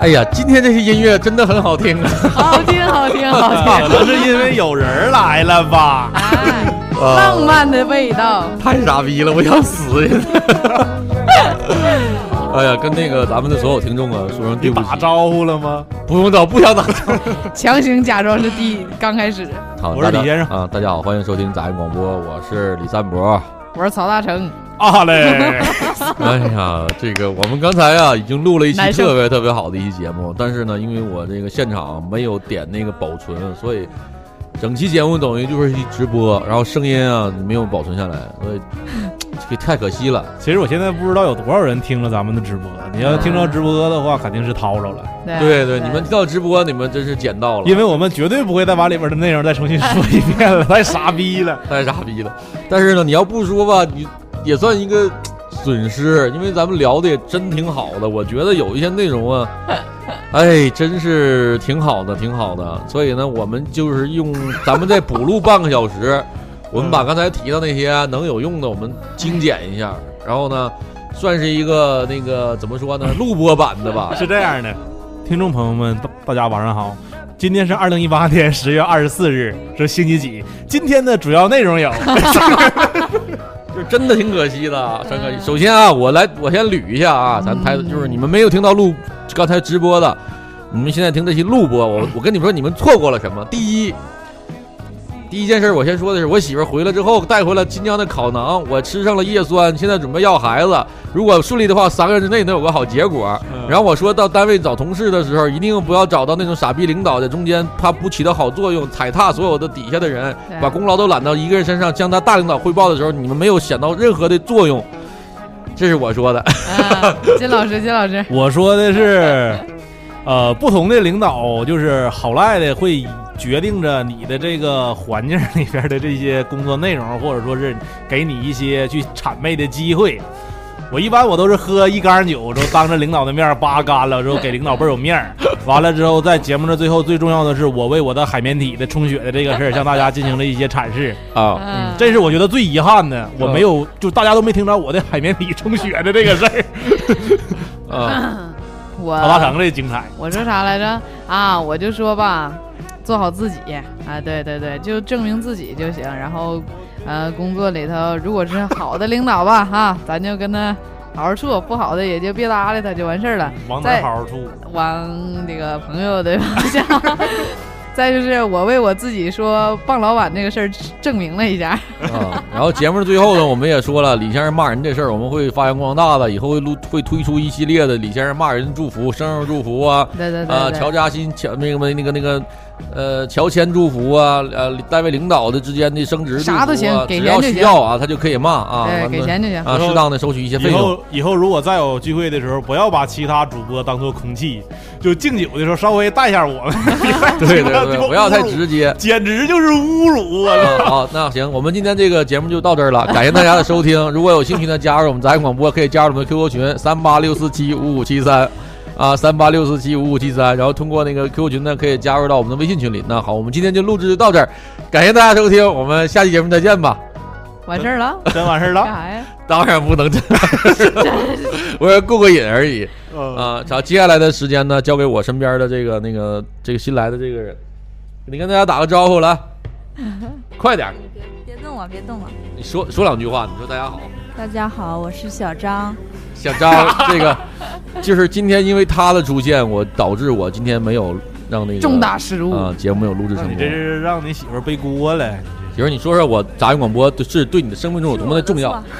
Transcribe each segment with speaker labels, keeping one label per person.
Speaker 1: 哎呀，今天这些音乐真的很好听啊！
Speaker 2: 好听，好听，好
Speaker 3: 可能是因为有人来了吧？
Speaker 2: 听！哎，浪漫的味道。
Speaker 1: 太傻逼了，我想死！ 现在哎呀，跟那个咱们的所有听众啊，说声对
Speaker 3: 你
Speaker 1: 不起
Speaker 3: 打，招呼了吗？
Speaker 1: 不用打，不想打。
Speaker 2: 强行假装是第一刚开始。
Speaker 1: 好，
Speaker 3: 我是
Speaker 1: 大家
Speaker 3: 李先生
Speaker 1: 啊，大家好，欢迎收听杂音广播，我是李三博。
Speaker 2: 我是曹大成，
Speaker 3: 啊嘞，
Speaker 1: 哎呀，这个我们刚才啊已经录了一期
Speaker 2: 男生
Speaker 1: 特别特别好的一期节目，但是呢，因为我这个现场没有点那个保存，所以整期节目等于就是一直播，然后声音啊没有保存下来，所以这个太可惜了。
Speaker 3: 其实我现在不知道有多少人听了咱们的直播。你要听着直播的话，肯定是掏着了，
Speaker 2: 对
Speaker 1: 对对，你们听到直播，你们真是捡到了，
Speaker 3: 因为我们绝对不会再把里边的内容再重新说一遍了，太傻逼了。
Speaker 1: 太傻逼了。但是呢，你要不说吧，你也算一个损失，因为咱们聊的也真挺好的，我觉得有一些内容 啊，哎，真是挺好的，挺好的。所以呢，我们就是用咱们再补录半个小时，我们把刚才提到那些能有用的，我们精简一下，然后呢。算是一个那个怎么说呢，录播版的吧，
Speaker 3: 是这样的，听众朋友们，大大家晚上好。今天是二零一八年十月二十四日，是星期几？今天的主要内容有
Speaker 1: 就真的挺可惜的，真可惜。首先啊，我来，我先捋一下啊，咱台就是你们没有听到录刚才直播的，你们现在听这期录播，我我跟你们说，你们错过了什么？第一，第一件事我先说的是，我媳妇儿回来之后带回了新疆的烤馕，我吃上了叶酸，现在准备要孩子。如果顺利的话，三个月之内能有个好结果。然后我说到单位找同事的时候，一定不要找到那种傻逼领导，在中间他不起到好作用，踩踏所有的底下的人，
Speaker 2: 对
Speaker 1: 把功劳都揽到一个人身上，向他大领导汇报的时候，你们没有想到任何的作用。这是我说的，
Speaker 2: 啊，金老师，金老师，
Speaker 3: 我说的是，呃，不同的领导就是好赖的会决定着你的这个环境里边的这些工作内容，或者说是给你一些去谄媚的机会。我一般我都是喝一缸酒，之后当着领导的面儿扒干了，之后给领导倍儿有面儿。完了之后，在节目的最后，最重要的是我为我的海绵体的充血的这个事儿向大家进行了一些阐释。
Speaker 1: 啊，
Speaker 2: 啊，
Speaker 3: 这是我觉得最遗憾的，我没有，就大家都没听着我的海绵体充血的这个事儿。
Speaker 1: 啊，
Speaker 3: 曹大
Speaker 2: 我
Speaker 3: 成这精彩。
Speaker 2: 我说啥来着？啊，我就说吧，做好自己啊，对对对，就证明自己就行。然后，呃，工作里头如果是好的领导吧，哈、咱就跟他好好处；不好的也就别搭理他，就完事儿了。
Speaker 3: 往哪
Speaker 2: 在
Speaker 3: 儿好好处？
Speaker 2: 往那个朋友的方向。 再就是我为我自己说傍老板这个事儿证明了一下，
Speaker 1: 啊，然后节目的最后呢，我们也说了李先生骂人这事儿，我们会发扬光大的，以后会录会推出一系列的李先生骂人祝福、生日祝福啊，
Speaker 2: 对对对
Speaker 1: 啊，
Speaker 2: 对
Speaker 1: 乔嘉欣乔那个那个那个，呃，乔迁祝福啊，呃，单位领导的之间的升职祝福啊，
Speaker 2: 啥都行给
Speaker 1: 只
Speaker 2: 钱
Speaker 1: 要
Speaker 2: 就
Speaker 1: 需
Speaker 2: 行
Speaker 1: 要啊，他就可以骂啊，
Speaker 2: 对，
Speaker 1: 完
Speaker 2: 给
Speaker 1: 了
Speaker 2: 钱就行。
Speaker 1: 啊，适当的收取一些
Speaker 3: 以
Speaker 1: 费用。
Speaker 3: 后以后如果再有聚会的时候，不要把其他主播当做空气，就敬酒的时候稍微带一下我们。
Speaker 1: 对对对，不要太
Speaker 3: 直，
Speaker 1: 直接。
Speaker 3: 简直就是侮辱 啊！
Speaker 1: 啊好，那行，我们今天这个节目就到这儿了，感谢大家的收听。如果有兴趣呢，加入我们杂音广播，可以加入我们的 QQ 群三八六四七五五七三。啊，三八六四七五五七三，然后通过那个 QQ 群呢，可以加入到我们的微信群里。那好，我们今天就录制到这儿，感谢大家收听，我们下期节目再见吧。
Speaker 2: 完事儿了，
Speaker 3: 真完事儿
Speaker 1: 啊
Speaker 2: 干
Speaker 3: 了。
Speaker 2: 啥呀？
Speaker 1: 当然不能这样， 我也过过瘾而已
Speaker 3: 嗯，
Speaker 1: 啊。好，接下来的时间呢，交给我身边的这个那个这个新来的这个人，你跟大家打个招呼 来，快点儿，
Speaker 4: 别别动我，别动我。
Speaker 1: 你说说两句话，你说大家好。
Speaker 4: 大家好，我是小张。
Speaker 1: 小张，这 个就是今天因为他的出现，我导致我今天没有让那个
Speaker 2: 重大失误，
Speaker 1: 啊节目没有录制成
Speaker 3: 你
Speaker 1: 功。
Speaker 3: 这是让你媳妇儿背锅了。
Speaker 1: 媳妇，你说说我杂音广播对是对你的生命中有多么的重要
Speaker 4: 是我的 错？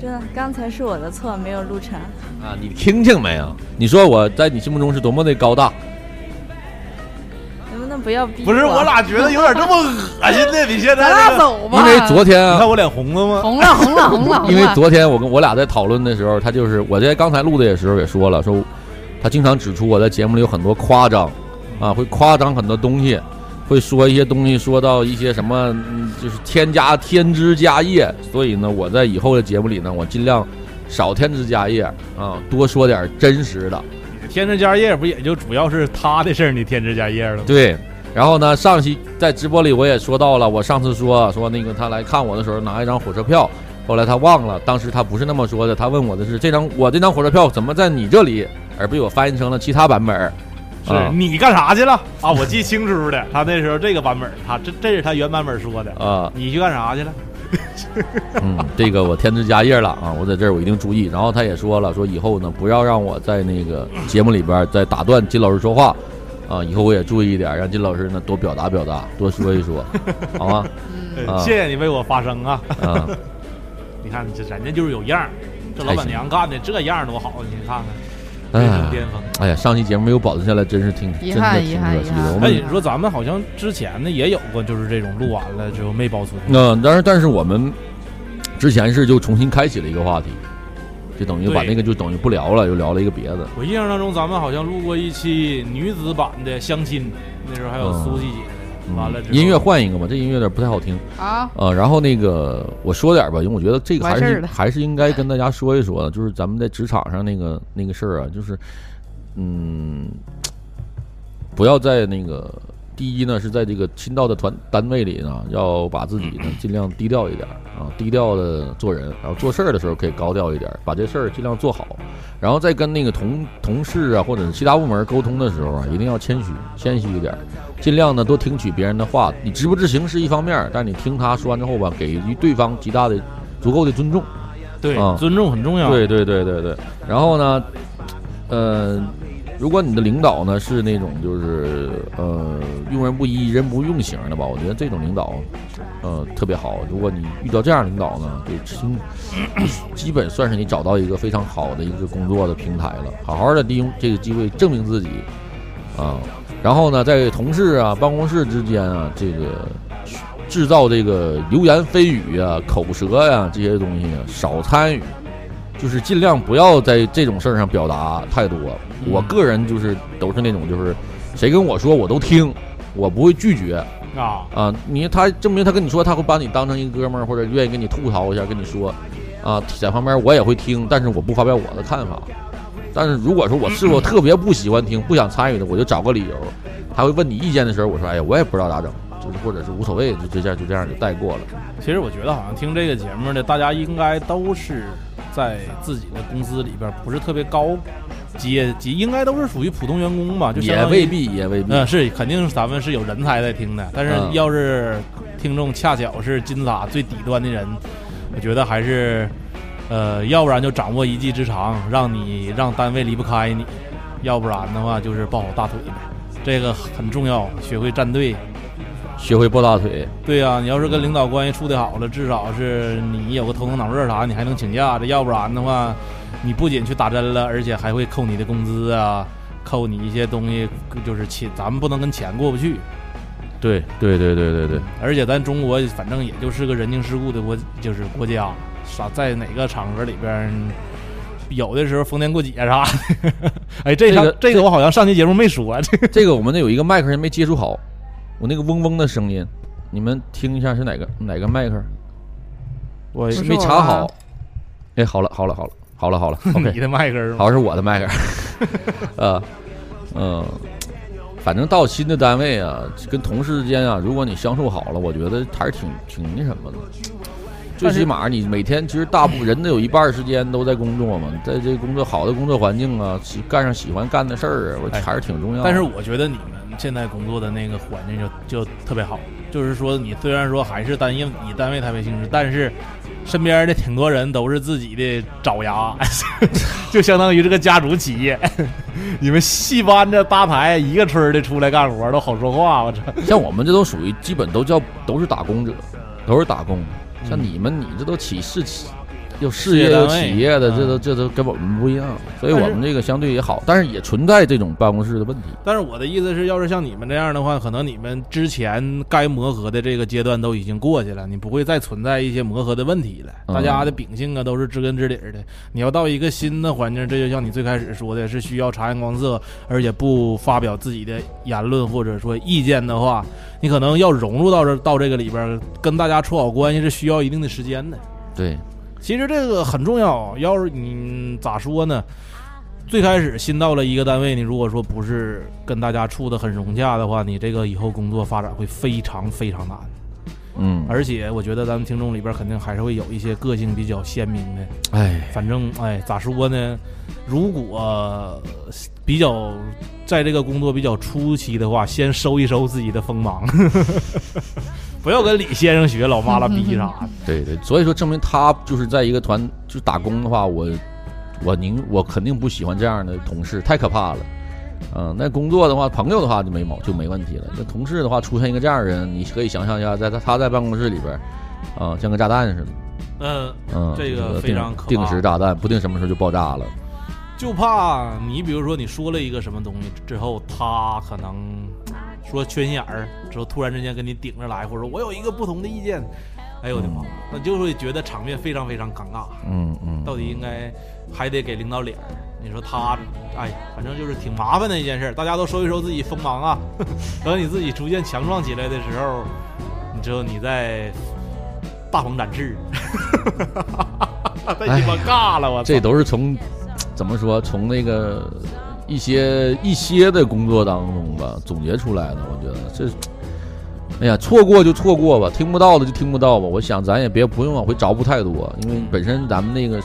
Speaker 4: 真的，刚才是我的错，没有录成。
Speaker 1: 啊？你听听没有？你说我在你心目中是多么的高大？
Speaker 4: 能不能不要逼
Speaker 3: 不是我
Speaker 4: 我
Speaker 3: 俩觉得有点这么恶心的，你现
Speaker 2: 咱
Speaker 3: 在
Speaker 2: 俩
Speaker 3: 这个，
Speaker 2: 走吧。
Speaker 1: 因为昨天
Speaker 3: 你
Speaker 1: 啊
Speaker 3: 看我脸红了吗？
Speaker 2: 红了，红了，红了，红 了
Speaker 1: 因为昨天我跟我俩在讨论的时候，他就是我在刚才录的时候也说了，说他经常指出我在节目里有很多夸张，啊，会夸张很多东西，会说一些东西，说到一些什么，嗯就是添加添枝加叶。所以呢，我在以后的节目里呢，我尽量少添枝加叶啊，多说点真实的。
Speaker 3: 添枝加叶不也就主要是他的事儿？你添枝加叶了吗？
Speaker 1: 对，然后呢，上期在直播里我也说到了，我上次说说那个他来看我的时候拿一张火车票，后来他忘了，当时他不是那么说的，他问我的是这张我这张火车票怎么在你这里？而被我翻译成了其他版本儿。
Speaker 3: 是、
Speaker 1: 啊
Speaker 3: 你干啥去了啊？我记清楚的，他那时候这个版本，他这这是他原版本说的。
Speaker 1: 啊，
Speaker 3: 你去干啥去了？
Speaker 1: 嗯，这个我添枝加叶了啊，我在这儿我一定注意。然后他也说了，说以后呢不要让我在那个节目里边儿再打断金老师说话，啊，以后我也注意一点，让金老师呢多表达表达，多说一说，好吗？
Speaker 2: 嗯，
Speaker 3: 对
Speaker 1: 啊
Speaker 3: 谢谢你为我发声啊！
Speaker 1: 啊，
Speaker 3: 你看这人家就是有样儿，这老板娘干的这样儿多好，你看看，人生
Speaker 1: 哎
Speaker 3: 巅峰。
Speaker 1: 哎呀，上期节目没有保存下来，真是挺
Speaker 2: 遗
Speaker 1: 真的
Speaker 2: 憾
Speaker 1: 挺
Speaker 2: 遗憾
Speaker 1: 可惜
Speaker 2: 遗
Speaker 1: 的。
Speaker 2: 憾
Speaker 1: 我
Speaker 3: 哎，
Speaker 1: 们
Speaker 3: 你说咱们好像之前呢也有过，就是这种录完了之后没保存。
Speaker 1: 那但是但是我们之前是就重新开启了一个话题，就等于把
Speaker 3: 对
Speaker 1: 那个就等于不聊了，又聊了一个别的。
Speaker 3: 我印象当中，咱们好像录过一期女子版的相亲，那时候还有
Speaker 1: 嗯
Speaker 3: 苏西姐
Speaker 1: 嗯
Speaker 3: 呢。完了之后，
Speaker 1: 音乐换一个吧，这音乐有点不太好听。
Speaker 2: 好，
Speaker 1: 呃，然后那个我说点儿吧，因为我觉得这个还
Speaker 2: 完事儿
Speaker 1: 是
Speaker 2: 了
Speaker 1: 还是应该跟大家说一说的，就是咱们在职场上那个那个事儿啊，就是嗯，不要在那个第一呢是在这个亲到的团单位里呢，要把自己呢
Speaker 2: 嗯
Speaker 1: 尽量低调一点儿啊，低调的做人，然后做事儿的时候可以高调一点儿，把这事儿尽量做好，然后再跟那个同同事啊或者是其他部门沟通的时候啊，一定要谦虚谦虚一点儿。尽量呢多听取别人的话。你知不知情是一方面儿，但你听他说完之后吧，给予对方极大的、足够的尊重。
Speaker 3: 对
Speaker 1: 啊
Speaker 3: 尊重很重要。
Speaker 1: 对对对对对。然后呢，呃，如果你的领导呢是那种就是呃用人不一、人不用型的吧，我觉得这种领导呃特别好。如果你遇到这样的领导呢，就轻 基本算是你找到一个非常好的一个工作的平台了。好好的利用这个机会证明自己啊。然后呢，在同事啊、办公室之间啊，这个制造这个流言蜚语啊、口舌呀、这些东西啊，少参与，就是尽量不要在这种事儿上表达太多。
Speaker 3: 嗯
Speaker 1: 我个人就是都是那种，就是谁跟我说我都听，我不会拒绝
Speaker 3: 啊，
Speaker 1: 啊。你他证明他跟你说，他会把你当成一哥们儿，或者愿意跟你吐槽一下，跟你说啊，在旁边我也会听，但是我不发表我的看法。但是如果说我是我特别不喜欢听、不想参与的，我就找个理由。他会问你意见的时候，我说：“哎呀，我也不知道咋整，就是或者是无所谓，就这下就这样就带过了。
Speaker 3: 其实我觉得好像听这个节目的大家应该都是在自己的公司里边不是特别高阶级，应该都是属于普通员工吧，就相
Speaker 1: 也
Speaker 3: 当于
Speaker 1: 未。必，也未必。
Speaker 3: 嗯，是肯定是咱们是有人才在听的，但是
Speaker 1: 嗯
Speaker 3: 要是听众恰巧是金字塔最底端的人，我觉得还是，呃，要不然就掌握一技之长，让你让单位离不开你，要不然的话就是抱好大腿呗，这个很重要，学会站队，
Speaker 1: 学会抱大腿，
Speaker 3: 对呀、你要是跟领导关系处的好了，至少是你有个头疼脑热啥，你还能请假的。要不然的话，你不仅去打针了，而且还会扣你的工资啊，扣你一些东西，就是钱，咱们不能跟钱过不去。
Speaker 1: 对对对对对对，
Speaker 3: 而且咱中国反正也就是个人情世故的国，就是国家，啥在哪个场合里边儿，有的时候逢年过节啥的， 哎，这上
Speaker 1: 这个
Speaker 3: 这个我好像上期节目没说，这个
Speaker 1: 这个我们那有一个麦克人没接触好，我那个嗡嗡的声音，你们听一下是哪个哪个麦克？
Speaker 3: 我
Speaker 2: 不是
Speaker 1: 没查
Speaker 2: 我
Speaker 1: 好
Speaker 2: 吧。
Speaker 1: 哎，好了好了好了好了好了，OK，
Speaker 3: 你的麦克儿吗
Speaker 1: 好像是我的麦克，呃，嗯、反正到新的单位啊，跟同事之间啊，如果你相处好了，我觉得还是挺挺那什么的。最
Speaker 3: 但是
Speaker 1: 起码你每天其实大部分人都有一半儿时间都在工作嘛，在这工作好的工作环境啊，喜干上喜欢干的事儿啊，我
Speaker 3: 哎
Speaker 1: 还是挺重要的。
Speaker 3: 但是我觉得你们现在工作的那个环境就就特别好，就是说你虽然说还是单一以单位单位性质，但是身边的挺多人都是自己的爪牙， 就相当于这个家族企业。你们戏班子搭台一个村儿的出来干活都好说话，我操！
Speaker 1: 像我们这都属于基本都叫都是打工者，都是打工。像
Speaker 3: 嗯
Speaker 1: 你们，你这都起事起，有
Speaker 3: 事
Speaker 1: 事
Speaker 3: 业
Speaker 1: 业有
Speaker 3: 单位
Speaker 1: 企业的，这
Speaker 3: 嗯
Speaker 1: 都这都跟我们不一样，所以
Speaker 3: 但
Speaker 1: 我
Speaker 3: 是
Speaker 1: 们这个相对也好，但是也存在这种办公室的问题。
Speaker 3: 但是我的意思是，要是像你们这样的话，可能你们之前该磨合的这个阶段都已经过去了，你不会再存在一些磨合的问题了。
Speaker 1: 嗯
Speaker 3: 大家的秉性啊都是知根知底儿的。你要到一个新的环境，这就像你最开始说的，是需要察言观色，而且不发表自己的言论或者说意见的话，你可能要融入到这到这个里边儿，跟大家处好关系是需要一定的时间的。
Speaker 1: 对，
Speaker 3: 其实这个很重要，要是你嗯咋说呢？最开始新到了一个单位，你如果说不是跟大家处的很融洽的话，你这个以后工作发展会非常非常难。
Speaker 1: 嗯，
Speaker 3: 而且我觉得咱们听众里边肯定还是会有一些个性比较鲜明的。
Speaker 1: 哎，
Speaker 3: 反正哎，咋说呢？如果、呃比较在这个工作比较初期的话，先收一收自己的锋芒， 不要跟李先生学老妈拉逼啥的。
Speaker 1: 对对，所以说证明他就是在一个团就是打工的话，我我宁我肯定不喜欢这样的同事，太可怕了。嗯，那工作的话，朋友的话就没毛就没问题了。那同事的话，出现一个这样的人，你可以想象一下，在他他在办公室里边，啊、像个炸弹似的，
Speaker 3: 嗯，
Speaker 1: 嗯，
Speaker 3: 这个
Speaker 1: 定
Speaker 3: 非常可怕
Speaker 1: 定时炸弹，不定什么时候就爆炸了。
Speaker 3: 就怕你比如说你说了一个什么东西之后，他可能说缺心眼儿，之后突然之间跟你顶着来，或者说我有一个不同的意见，哎呦我的妈，那就会觉得场面非常非常尴尬。
Speaker 1: 嗯嗯，
Speaker 3: 到底应该还得给领导脸儿。你说他，哎，反正就是挺麻烦的一件事儿。大家都收一收自己锋芒啊，等你自己逐渐强壮起来的时候，你之后你再大鹏展翅， 太鸡巴尬了，我操！
Speaker 1: 哎这都是从怎么说，从那个一些一些的工作当中吧总结出来的。我觉得这，哎呀，错过就错过吧，听不到的就听不到吧。我想咱也别不用往回找补太多，因
Speaker 3: 嗯
Speaker 1: 为本身咱们那个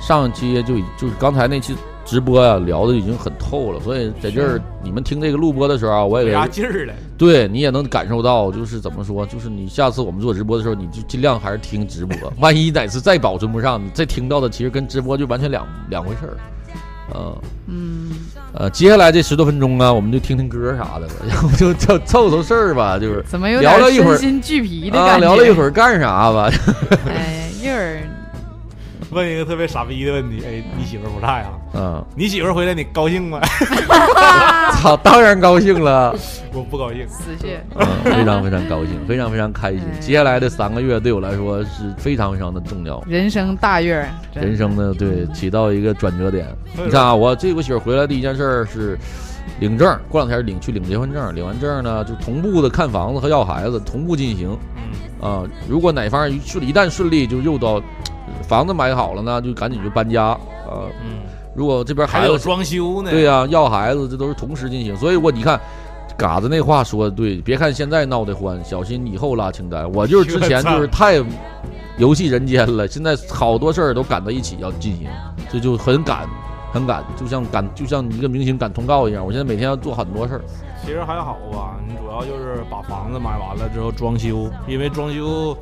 Speaker 1: 上一期就已就是刚才那期直播啊聊的已经很透了，所以在这儿你们听这个录播的时候啊，我
Speaker 3: 没
Speaker 1: 也
Speaker 3: 啥劲儿了，
Speaker 1: 对你也能感受到，就是怎么说，就是你下次我们做直播的时候，你就尽量还是听直播，万一哪次再保存不上，你再听到的其实跟直播就完全两两回事儿。呃
Speaker 2: 嗯，
Speaker 1: 呃，接下来这十多分钟啊，我们就听听歌啥的了，然后就凑凑凑事儿吧，就是
Speaker 2: 怎么有
Speaker 1: 聊
Speaker 2: 点
Speaker 1: 了一会儿
Speaker 2: 身心俱疲的
Speaker 1: 啊
Speaker 2: 感觉？
Speaker 1: 聊了一会儿干啥吧？
Speaker 2: 儿，哎，一会儿
Speaker 3: 问一个特别傻逼的问题，哎，你媳妇儿不在啊？
Speaker 1: 啊，
Speaker 3: 你媳妇儿回来你高兴吗？
Speaker 1: 操，当然高兴了，
Speaker 3: 我不高兴。
Speaker 2: 死去。
Speaker 1: 嗯，非常非常高兴，非常非常开心。接下来的三个月对我来说是非常非常的重要。
Speaker 2: 人生大悦儿，真
Speaker 1: 人生的对起到一个转折点。你看啊，我这我媳妇回来第一件事儿是领证，过两天领去领结婚证，领完证呢就同步的看房子和要孩子同步进行
Speaker 3: 嗯，
Speaker 1: 啊、如果哪方一顺一旦顺利，就又到呃房子买好了呢，就赶紧就搬家啊、
Speaker 3: 嗯，
Speaker 1: 如果这边
Speaker 3: 还
Speaker 1: 孩
Speaker 3: 有
Speaker 1: 子
Speaker 3: 装修呢。
Speaker 1: 对、呀、要孩子这都是同时进行，所以我你看。嘎子那话说的对，别看现在闹得欢，小心以后拉清单。我就是之前就是太游戏人间了， 现在好多事儿都赶到一起要进行，这就很赶，很赶，就像赶就像一个明星赶通告一样。我现在每天要做很多事儿，
Speaker 3: 其实还好吧，你主要就是把房子买完了之后装修，因为装修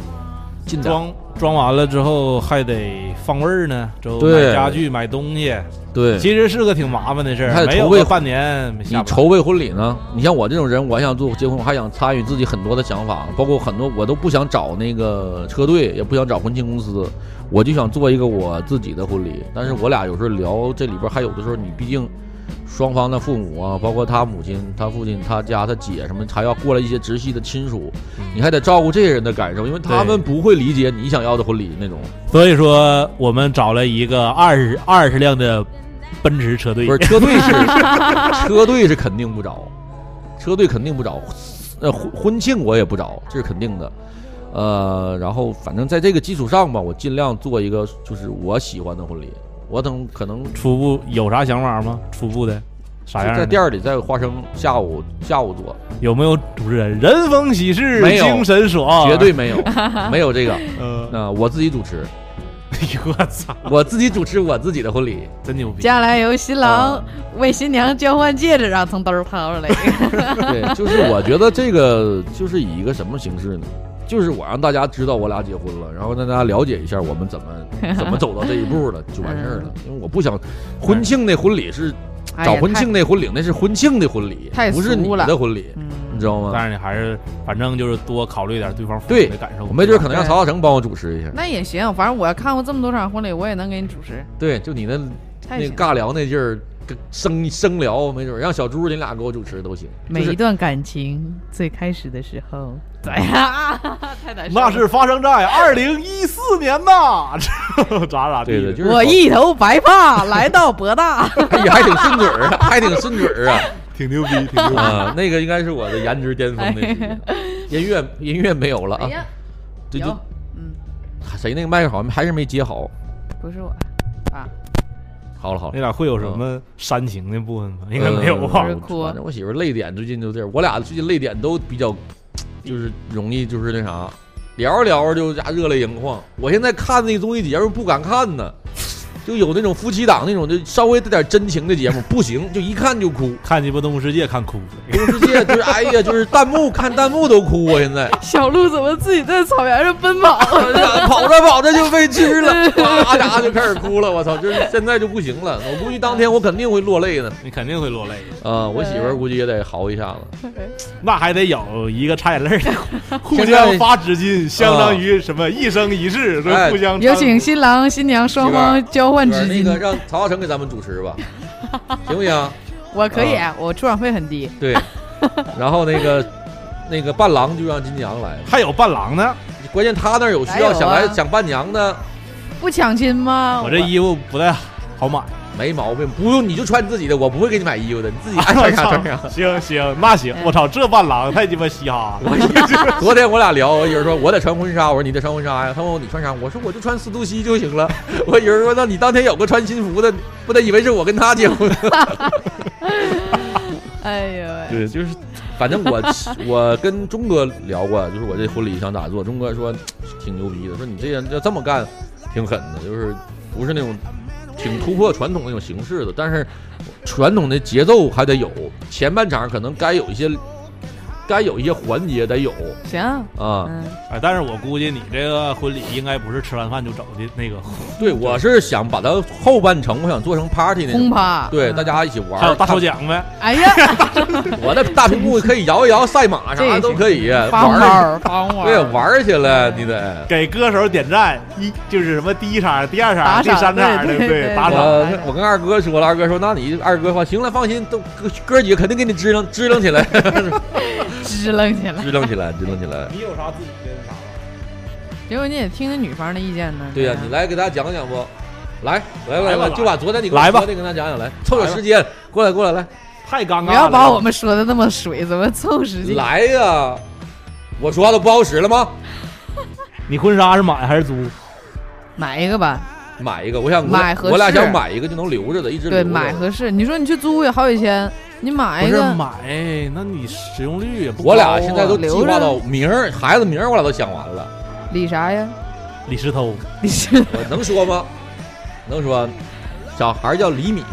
Speaker 1: 进展
Speaker 3: 装装完了之后还得放味儿呢，之后买
Speaker 1: 对
Speaker 3: 家具、买东西，
Speaker 1: 对。
Speaker 3: 其实是个挺麻烦的事
Speaker 1: 还得
Speaker 3: 儿。没有
Speaker 1: 筹备
Speaker 3: 个半年没
Speaker 1: 你
Speaker 3: 下班
Speaker 1: 筹备婚礼呢？你像我这种人，我还想做结婚，我还想参与自己很多的想法，包括很多我都不想找那个车队，也不想找婚庆公司，我就想做一个我自己的婚礼。但是我俩有时候聊这里边，还有的时候你毕竟双方的父母啊，包括他母亲、他父亲、他家、他姐什么，还要过来一些直系的亲属，
Speaker 3: 嗯
Speaker 1: 你还得照顾这些人的感受，因为他们不会理解你想要的婚礼那种。
Speaker 3: 所以说我们找了一个二十二十辆的奔驰车队
Speaker 1: 不，是车队是车队是肯定不找，车队肯定不找，呃婚婚庆我也不找，这是肯定的。呃，然后反正在这个基础上吧，我尽量做一个就是我喜欢的婚礼。我等可能
Speaker 3: 初步有啥想法吗？初步的啥样
Speaker 1: 在
Speaker 3: 的？
Speaker 1: 店里，在花生下午下午做，
Speaker 3: 有没有主持人？人逢喜事
Speaker 1: 没有
Speaker 3: 精神爽，
Speaker 1: 绝对。没有没有这个。
Speaker 3: 呃，
Speaker 1: 那、我自己主持，
Speaker 3: 哎呦 我操，
Speaker 1: 我自己主持我自己的婚礼。
Speaker 3: 真牛逼！
Speaker 2: 将来由新郎
Speaker 1: 啊
Speaker 2: 为新娘交换戒指，然后从兜儿掏 出来一个。
Speaker 1: 对， 就是我觉得这个就是以一个什么形式呢？就是我让大家知道我俩结婚了，然后让大家了解一下我们 怎么怎么走到这一步了，就完事儿了。因为我不想婚庆那婚礼是
Speaker 2: 嗯哎呀
Speaker 1: 找婚庆，那婚礼，那是婚庆的婚礼
Speaker 2: 太，
Speaker 1: 不是你
Speaker 2: 俗了
Speaker 1: 的婚礼
Speaker 2: 太，嗯
Speaker 1: 你知道吗？
Speaker 3: 但是你还是反正就是多考虑点对方父母
Speaker 1: 对
Speaker 3: 的感受。
Speaker 1: 我没准可能让
Speaker 2: 对
Speaker 1: 曹大成帮我主持一下。
Speaker 2: 那也行，反正我看过这么多场婚礼，我也能给你主持。
Speaker 1: 对，就你那
Speaker 2: 太
Speaker 1: 那
Speaker 2: 行，
Speaker 1: 尬聊那劲儿，跟生生聊，没准让小猪你俩给我主持都行。
Speaker 2: 每
Speaker 1: 就
Speaker 2: 一
Speaker 1: 是
Speaker 2: 段感情最开始的时候， 怎样？太难受了。
Speaker 3: 那是发生在二零一四年 呐，咋咋地
Speaker 1: 对
Speaker 3: 的？
Speaker 1: 的，就是啊
Speaker 2: 我一头白发来到博大，
Speaker 1: 也还挺顺嘴儿啊，还挺顺嘴儿啊。
Speaker 3: 挺牛逼，挺牛 逼。
Speaker 1: 啊，那个应该是我的颜值巅峰那期，
Speaker 2: 哎
Speaker 1: 音乐音乐没有了啊，，这就
Speaker 2: 有，嗯，
Speaker 1: 谁那个麦克好像还是没接好，
Speaker 2: 不是我啊，
Speaker 1: 好了好
Speaker 3: 你
Speaker 1: 了，
Speaker 3: 俩会有什么煽情的部分吗？应该没有啊吧
Speaker 2: 不？是
Speaker 1: 呃
Speaker 2: 哭
Speaker 1: 反正我媳妇儿泪点最近就这样，我俩最近泪点都比较，就是容易就是那啥，聊着聊着就家热泪盈眶。我现在看那综艺节目不敢看呢，就有那种夫妻档那种，就稍微带点真情的节目不行，就一看就哭。
Speaker 3: 看鸡巴《动物世界》看哭了。
Speaker 1: 动物世界就是哎呀，就是弹幕看弹幕都哭啊！现在
Speaker 2: 小鹿怎么自己在草原上奔跑？
Speaker 1: 跑着跑着就被吃了，啪家就开始哭了。我操，就是现在就不行了。我估计当天我肯定会落泪呢。
Speaker 3: 你肯定会落泪，
Speaker 1: 啊、我媳妇儿估计也得嚎一下子。
Speaker 3: 那还得有一个擦眼泪 的，互
Speaker 1: 现在
Speaker 3: 相发纸巾，相当于什么一生一世，说
Speaker 1: 哎
Speaker 3: 互相
Speaker 2: 有
Speaker 3: 搀
Speaker 2: 请新郎新娘双方交换纸
Speaker 1: 那个
Speaker 2: 巾。
Speaker 1: 让曹浩成给咱们主持吧，行不行？
Speaker 2: 我可以
Speaker 1: 啊，
Speaker 2: 我出场费很低。
Speaker 1: 对，然后那个那个伴郎就让金娘来，
Speaker 3: 还有伴郎呢，
Speaker 1: 关键他那儿有需要
Speaker 2: 哪有啊
Speaker 1: 想来想伴娘的，
Speaker 2: 不抢亲吗？
Speaker 3: 我这衣服不太 好买。
Speaker 1: 没毛病，不用你就穿你自己的，我不会给你买衣服的，你 自己爱穿啥穿啥。
Speaker 3: 行行，那行，
Speaker 2: 嗯
Speaker 3: 我操，这伴郎太鸡巴嘻哈了。
Speaker 1: 昨天我俩聊，我媳妇说我得穿婚纱，我说你得穿婚纱呀，他问我你穿啥，我说我就穿丝肚西就行了。我媳妇说那你当天有个穿新服的，不得以为是我跟他结婚？
Speaker 2: 哎呦喂，
Speaker 1: 对，就是，反正我我跟钟哥聊过，就是我这婚礼想咋做，钟哥说挺牛逼的，说你这人要这么干，挺狠的，就是不是那种挺突破传统那种形式的，但是传统的节奏还得有，前半场可能该有一些，该有一些环节得有
Speaker 2: 行，
Speaker 1: 啊。
Speaker 2: 嗯，
Speaker 3: 哎，但是我估计你这个婚礼应该不是吃完饭就走的那个，
Speaker 1: 对，我是想把它后半程，我想做成 party 那
Speaker 2: 轰
Speaker 1: 种。
Speaker 2: 趴。
Speaker 1: 对，
Speaker 2: 嗯
Speaker 1: 大。家一起玩
Speaker 3: 还有
Speaker 1: 儿。
Speaker 3: 大抽奖呗。
Speaker 2: 哎呀，
Speaker 1: 我的大屏幕可以摇一摇赛马
Speaker 2: 这也
Speaker 1: 啥都
Speaker 2: 行
Speaker 1: 可以啊玩
Speaker 2: 发红包
Speaker 1: 儿，
Speaker 2: 儿，发红包儿。
Speaker 1: 对，玩儿起来你得。
Speaker 3: 给歌手点赞，一就是什么第一场、第二场、
Speaker 2: 打
Speaker 3: 第
Speaker 2: 赏
Speaker 3: 三场，
Speaker 2: 对
Speaker 3: 不
Speaker 2: 对对
Speaker 3: 打
Speaker 2: 对
Speaker 1: 我
Speaker 2: 来
Speaker 3: 赏。
Speaker 2: 着
Speaker 1: 呃我跟二哥说了，二哥说那你二哥话行了，放心，都哥哥几个肯定给你支棱支棱起 来，
Speaker 2: 支棱起来。
Speaker 1: 支棱起来，支棱起来。
Speaker 3: 你有啥自己的啥？
Speaker 2: 结果你也听听女方的意见呢。
Speaker 1: 对呀、你来给大家讲讲不？来来来
Speaker 3: 哎来吧
Speaker 1: 来，就把昨天你
Speaker 3: 来吧
Speaker 1: 昨天跟他讲讲来，凑点时间，过来过来来
Speaker 3: 太尴尬了。
Speaker 2: 不要把我们说的那么水， 怎么凑时间？
Speaker 1: 来呀、我说话都不好使了吗？
Speaker 3: 你婚纱是买还是租？
Speaker 2: 买一个吧，
Speaker 1: 买一个，我想
Speaker 2: 买合适
Speaker 1: 我俩想买一个就能留着的，一直留
Speaker 2: 对，
Speaker 1: 着。
Speaker 2: 买合适。你说你去租也好几千，你买一个，
Speaker 3: 买，那你使用率也不
Speaker 1: 我俩现在都计
Speaker 2: 哦留
Speaker 1: 划
Speaker 2: 着
Speaker 1: 到明儿，孩子名儿我俩都想完了，
Speaker 2: 理啥呀？
Speaker 3: 李石头，
Speaker 2: 理是
Speaker 1: 我能说吗？能说，小孩儿叫李米，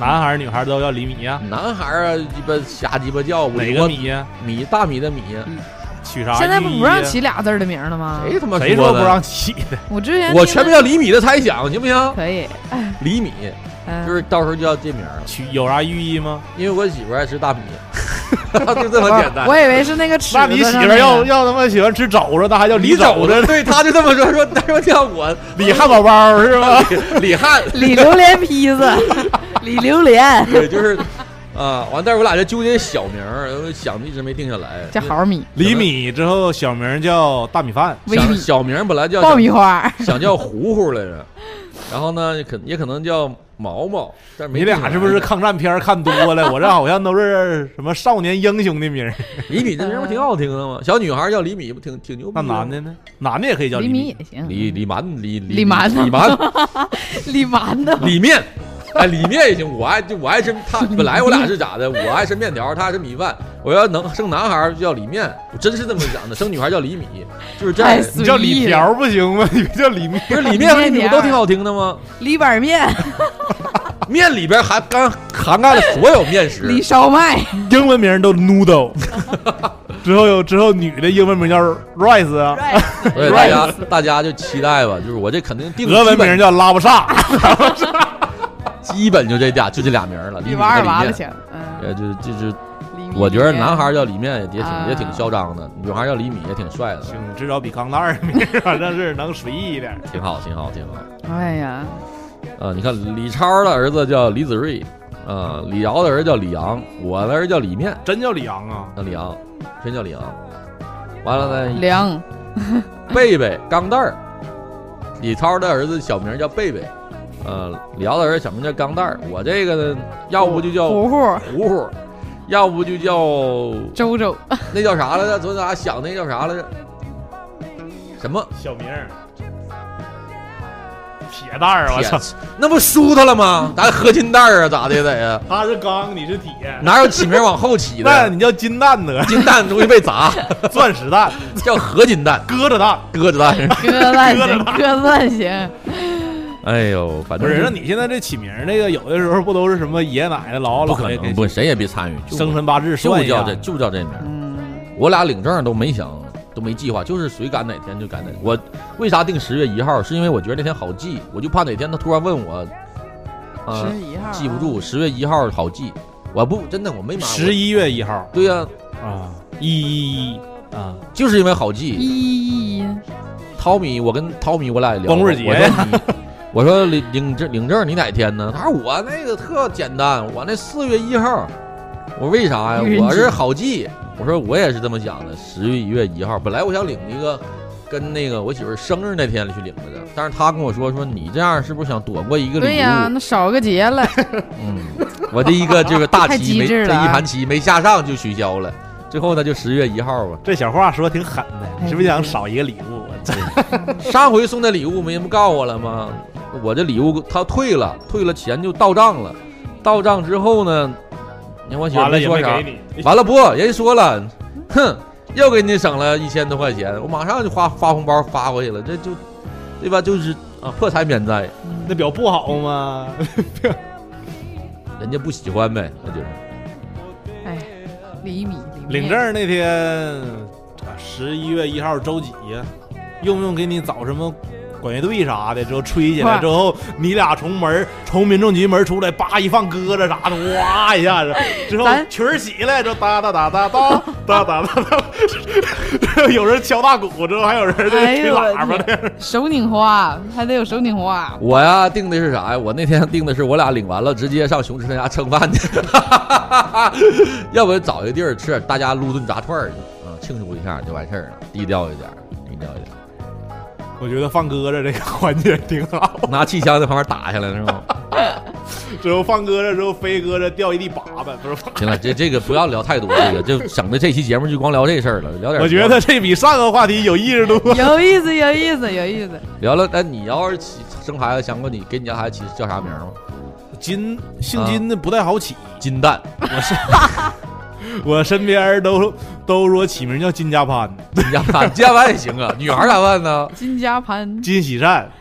Speaker 3: 男孩儿女孩儿都要厘米呀？
Speaker 1: 男孩儿啊，鸡巴瞎鸡巴叫，
Speaker 3: 哪
Speaker 1: 我
Speaker 3: 个米呀？
Speaker 1: 米大米的米，
Speaker 3: 取啥？
Speaker 2: 现在不不让。起俩字儿的名儿了吗？哎
Speaker 1: 谁他妈
Speaker 3: 啊谁
Speaker 1: 说
Speaker 3: 说不
Speaker 1: 的？
Speaker 3: 让起的？
Speaker 2: 我之前
Speaker 1: 我
Speaker 2: 听
Speaker 1: 全
Speaker 2: 的
Speaker 1: 名叫李米的猜想，行不行？
Speaker 2: 可以，
Speaker 1: 李米
Speaker 2: 嗯，
Speaker 1: 就是到时候就叫这名儿了，
Speaker 3: 取有啥寓意吗？
Speaker 1: 因为我媳妇儿爱吃大 米，就这么简单。
Speaker 2: 我以为是那个尺子上
Speaker 3: 那你
Speaker 2: 那个。
Speaker 3: 媳妇儿要要他妈喜欢吃肘子，那还叫李肘子
Speaker 1: 子，？对，他就这么说，说他说叫我
Speaker 3: 李汉堡包是吧？
Speaker 1: 李汉，
Speaker 2: 李榴莲坯子，李榴 莲
Speaker 1: 对，就是啊，完，但是我俩就纠结小名儿，然后想一直没定下来。
Speaker 2: 叫毫米、
Speaker 3: 李米之后小名叫大米饭，
Speaker 2: 微
Speaker 1: 想
Speaker 2: 米、
Speaker 1: 小名儿本来叫
Speaker 2: 爆米花，
Speaker 1: 想叫糊糊来着，然后呢，可也可能叫毛毛，但是没
Speaker 3: 你
Speaker 1: 定下
Speaker 3: 俩
Speaker 1: 来
Speaker 3: 是不是抗战片儿看多了？我这好像都是什么少年英雄的名儿。
Speaker 1: 李米这名儿不挺好听的吗？小女孩儿叫李米，不挺挺牛逼
Speaker 3: 那
Speaker 1: 吗？
Speaker 3: 男的呢？ 男的也可以叫
Speaker 2: 李米
Speaker 3: 米。
Speaker 2: 也行。
Speaker 1: 李李蛮李
Speaker 2: 李蛮
Speaker 1: 李蛮
Speaker 2: 李蛮的，
Speaker 1: 里面，哎，里面也行。我爱就我爱吃他，本来我俩是咋的？我爱吃面条，他爱吃米饭。我要能生男孩儿就叫里面，我真是这么想的。生女孩儿叫李米，就是这样
Speaker 2: 太
Speaker 1: 的。
Speaker 2: 随
Speaker 3: 你叫
Speaker 2: 意
Speaker 3: 李
Speaker 2: 了。
Speaker 3: 条不行吗？ 你别叫李面。
Speaker 1: 不是里面和
Speaker 2: 面
Speaker 1: 里
Speaker 2: 条
Speaker 1: 不都挺好听的吗？
Speaker 2: 李板面、
Speaker 1: 面里边含刚涵盖了所有面
Speaker 2: 李
Speaker 1: 食。
Speaker 2: 烧麦，
Speaker 3: 英文名都 noodle，之后有之后女的英文名叫 rice 啊，
Speaker 1: 所以大家大家就期待吧，就是我这肯定定
Speaker 3: 俄文
Speaker 1: 基
Speaker 3: 名
Speaker 1: 本
Speaker 3: 叫拉布萨。
Speaker 1: 基本就这俩就这俩名儿了。李
Speaker 2: 李
Speaker 1: 米
Speaker 2: 娃
Speaker 1: 和
Speaker 2: 儿
Speaker 1: 里
Speaker 2: 娃了
Speaker 1: 面，
Speaker 2: 行。嗯，
Speaker 1: 呃，就就就，
Speaker 2: 李米
Speaker 1: 我觉得男孩儿叫里面也挺
Speaker 2: 啊
Speaker 1: 也挺嚣张的，女孩儿叫李米也挺帅的，
Speaker 3: 行，至少比钢蛋儿名儿反正是能随意一点。
Speaker 1: 挺好，挺好，挺好。
Speaker 2: 哎呀，
Speaker 1: 啊，你看李超的儿子叫李子睿，啊，李敖的儿子叫李阳，我的儿子叫李面，
Speaker 3: 真叫李阳啊？
Speaker 1: 叫李阳，真叫李阳。完了呢，
Speaker 2: 凉
Speaker 1: 贝贝
Speaker 3: 嗯
Speaker 1: 钢蛋儿，李超的儿子小名叫贝贝，呃，李敖的儿子小名叫钢蛋儿。我这个呢，要不就叫
Speaker 3: 哦
Speaker 2: 糊糊、
Speaker 1: 糊糊，要不就叫
Speaker 2: 周 周、
Speaker 1: 那叫啥来着？昨天咱俩想那叫啥来着？什么
Speaker 3: 小名儿铁蛋儿，我操！
Speaker 1: 那不舒他了吗？咱合金蛋儿啊，咋的得呀？
Speaker 3: 他是钢，你是铁，
Speaker 1: 哪有起名往后起
Speaker 3: 那
Speaker 1: 的？
Speaker 3: 你叫金蛋呢？
Speaker 1: 金蛋容易被砸，
Speaker 3: 钻石蛋、
Speaker 1: 叫合金蛋、
Speaker 3: 鸽子蛋，
Speaker 1: 鸽子蛋。
Speaker 2: 鸽蛋行，鸽蛋行，
Speaker 1: 哎呦，反
Speaker 3: 不
Speaker 1: 正
Speaker 3: 是？
Speaker 1: 就
Speaker 3: 那你现在这起名儿那个，有的时候不都是什么爷奶奶、姥姥
Speaker 1: 不
Speaker 3: 姥
Speaker 1: 可
Speaker 3: 爷
Speaker 1: 能，
Speaker 3: 给
Speaker 1: 不谁也别参与，就
Speaker 3: 生辰八字
Speaker 1: 就
Speaker 3: 算一
Speaker 1: 叫
Speaker 3: 下
Speaker 1: 这？就叫这名儿。
Speaker 2: 嗯，
Speaker 1: 我俩领证都没想，都没计划，就是谁赶哪天就赶哪天。我为啥定十月一号？是因为我觉得那天好记，我就怕哪天他突然问我，啊、
Speaker 2: 十一号啊
Speaker 1: 记不住。十月一号好记，我不真的我没瞒。
Speaker 3: 十
Speaker 1: 一
Speaker 3: 一月一号
Speaker 1: 对呀、
Speaker 3: 啊，一一一啊，
Speaker 1: 就是因为好记。
Speaker 2: 一一一，
Speaker 1: 淘米，我跟淘米我俩也聊过，
Speaker 3: 光棍节
Speaker 1: 我说你， 我说领领证领证你哪天呢？他说我那个特简单，我那四月一号。我为啥呀
Speaker 2: 愚人？节
Speaker 1: 我是好记。我说我也是这么想的。十一月一号，本来我想领一个跟那个我媳妇儿生日那天去领着的，但是他跟我说说你这样是不是想躲过一个礼物？
Speaker 2: 对呀，那少个节了，
Speaker 1: 嗯，我这一个这个大
Speaker 2: 太
Speaker 1: 棋
Speaker 2: 机
Speaker 1: 没这
Speaker 2: 智
Speaker 1: 一
Speaker 2: 了啊
Speaker 1: 盘棋没下上就取消了。最后呢，就十月一号吧。
Speaker 3: 这小话说挺狠的， 你是不是想少一个礼物？
Speaker 1: 哎
Speaker 3: 这
Speaker 1: 上回送的礼物没人不告诉我了吗？我这礼物他退了，退了钱就到账了。到账之后呢，你看我媳妇
Speaker 3: 完
Speaker 1: 儿
Speaker 3: 了
Speaker 1: 没
Speaker 3: 也
Speaker 1: 说
Speaker 3: 没
Speaker 1: 啥
Speaker 3: 给，你，
Speaker 1: 完了不，人家说了，哼，又给你省了一千多块钱，我马上就花发红包发过去了，这就，对吧？就是啊，破财免灾，
Speaker 3: 那表不好吗？
Speaker 1: 人家不喜欢呗，那就是。
Speaker 2: 哎，厘米厘
Speaker 3: 领
Speaker 2: 米。
Speaker 3: 证那天，啊十一月一号周几呀？用不用给你找什么管乐队啥的？之后吹起来之后，你俩从门儿从民政局门儿出来，叭一放鸽子啥的，哇一下子，之后
Speaker 2: 咱
Speaker 3: 曲儿起来，就哒哒哒哒哒哒哒哒哒，有人敲大鼓，之后还有人在
Speaker 2: 哎
Speaker 3: 吹
Speaker 2: 呦我
Speaker 3: 喇叭的。
Speaker 2: 天，手拧花还得有手拧花，
Speaker 1: 我呀定的是啥呀？我那天定的是我俩领完了，直接上熊吃他家蹭饭去， 要不然找一个地儿吃点，大家撸顿炸串儿去，啊、庆祝一下就完事儿了，低调一点，低调一点，
Speaker 3: 我觉得放鸽子这个环节挺好，
Speaker 1: 拿气枪在旁边打下来是吗？
Speaker 3: 之后放鸽子之后飞鸽子掉一地粑粑，不是。
Speaker 1: 行了，这这个不要聊太多，这个就省得这期节目就光聊这事儿了，聊点。
Speaker 3: 我觉得这比上个话题有意思多。
Speaker 2: 有意思，有意思，有意思。
Speaker 1: 聊聊，哎，你要是起生孩子，想过你给你家孩子起叫啥名儿吗？
Speaker 3: 金姓金的不太好起，
Speaker 1: 金蛋，
Speaker 3: 我身边儿都都说起名叫金家潘、
Speaker 1: 金家蛋，金家蛋也行啊。 女孩儿咋办呢？
Speaker 2: 金家盘
Speaker 3: 金喜善。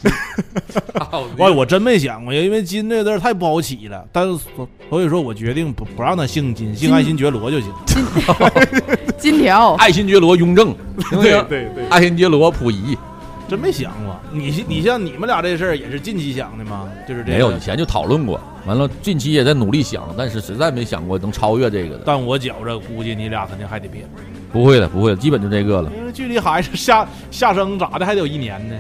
Speaker 1: 哎
Speaker 3: 我我真没想过，因为金这个字儿太不好起了。但是所所以说我决定不不让他姓金，姓爱新觉罗就 行。
Speaker 2: 金
Speaker 3: 啊
Speaker 2: 条，
Speaker 1: 爱新觉罗雍正，行不行？
Speaker 3: 对对，
Speaker 1: 爱新觉罗溥仪
Speaker 3: 真没想过。你你像你们俩这事儿也是近期想的吗？就是这个
Speaker 1: 没有，以前就讨论过，完了近期也在努力想，但是实在没想过能超越这个的。
Speaker 3: 但我觉着估计你俩肯定还得变，
Speaker 1: 不会的，不会的，基本就这个了，
Speaker 3: 因为距离孩子下下生咋的还得有一年呢，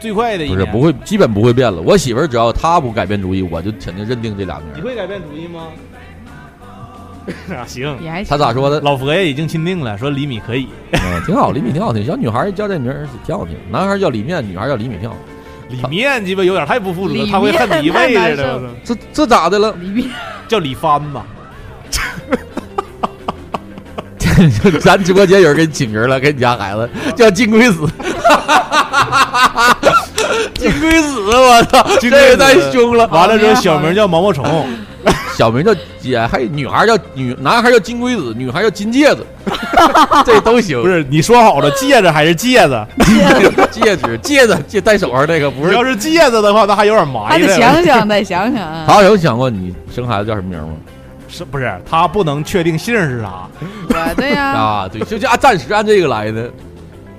Speaker 3: 最快的一
Speaker 1: 不
Speaker 3: 年。
Speaker 1: 是不会，基本不会变了。我媳妇儿只要她不改变主意，我就肯定认定这俩名
Speaker 3: 你
Speaker 1: 儿。
Speaker 3: 会改变主意吗？ 啊，行，
Speaker 2: 也还
Speaker 1: 她
Speaker 2: 行。
Speaker 1: 咋说 的？
Speaker 3: 老佛爷已经钦定了，说李米可以，
Speaker 1: 嗯，挺好，李米挺好听。小女孩儿叫这名儿挺好听，男孩儿叫李面，女孩儿叫李米挺好听。
Speaker 3: 里面鸡巴有点太不负责，
Speaker 2: 里
Speaker 3: 他会恨你一辈
Speaker 2: 面
Speaker 3: 子
Speaker 2: 太难
Speaker 3: 的
Speaker 2: 受了。
Speaker 3: 我
Speaker 1: 这这咋的了？
Speaker 2: 里面
Speaker 3: 操叫李帆吧，
Speaker 1: 咱直播间有人给你起名了，给你家孩子叫金龟子， 金龟子，我操，这
Speaker 3: 金龟
Speaker 1: 个
Speaker 3: 子
Speaker 1: 太 凶了。
Speaker 3: 完了之后
Speaker 2: 好呀
Speaker 3: 小名叫毛毛虫，
Speaker 1: 小名叫姐，还有女孩叫女，男孩叫金龟子，女孩叫金 戒指，这都 行。
Speaker 3: 不是你说好了戒指还是戒指？
Speaker 1: 戒指，戒指，戒戴手上那个不
Speaker 3: 你
Speaker 1: 是
Speaker 3: 要。是戒指的话，那还有点埋
Speaker 2: 还得
Speaker 3: 汰。
Speaker 2: 想想，得想想啊。
Speaker 1: 他有想过你生孩子叫什么名吗？
Speaker 3: 是不是他不能确定姓是 啥，
Speaker 2: 我对呀，
Speaker 1: 啊，对，就就按暂时按这个来的，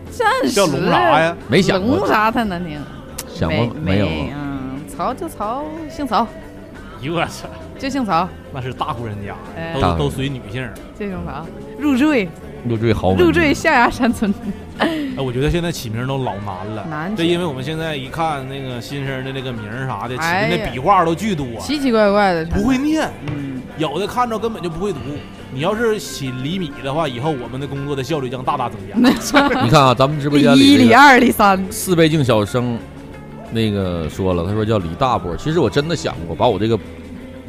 Speaker 2: 暂时
Speaker 3: 叫龙啥呀？
Speaker 1: 没想
Speaker 2: 龙
Speaker 1: 过，
Speaker 2: 啥太难听，
Speaker 1: 想
Speaker 2: 没
Speaker 1: 过没有？
Speaker 2: 嗯，曹就曹，姓曹
Speaker 3: 哎呦我操，
Speaker 2: 就姓曹，
Speaker 3: 那是大户人家，
Speaker 2: 哎
Speaker 3: 都
Speaker 1: 大户人家
Speaker 3: 都属于女性。
Speaker 2: 就姓曹。入赘，
Speaker 1: 入赘豪门，
Speaker 2: 入赘象牙山村，
Speaker 3: 哎，我觉得现在起名都老难了。
Speaker 2: 难
Speaker 3: 这因为我们现在一看那个新生的那个名儿啥的，起
Speaker 2: 哎
Speaker 3: 的
Speaker 2: 呀
Speaker 3: 那笔画都巨多，
Speaker 2: 奇奇怪怪的，
Speaker 3: 不会，念。
Speaker 2: 嗯，
Speaker 3: 有的看着根本就不会读。你要是起厘米的话，以后我们的工作的效率将大大增加。
Speaker 1: 你看啊，咱们直播
Speaker 2: 第
Speaker 1: 间
Speaker 2: 一、
Speaker 1: 这
Speaker 2: 第
Speaker 1: 个
Speaker 2: 二、第三，
Speaker 1: 四倍镜小生，那个说了，他说叫李大波。其实我真的想过把我这个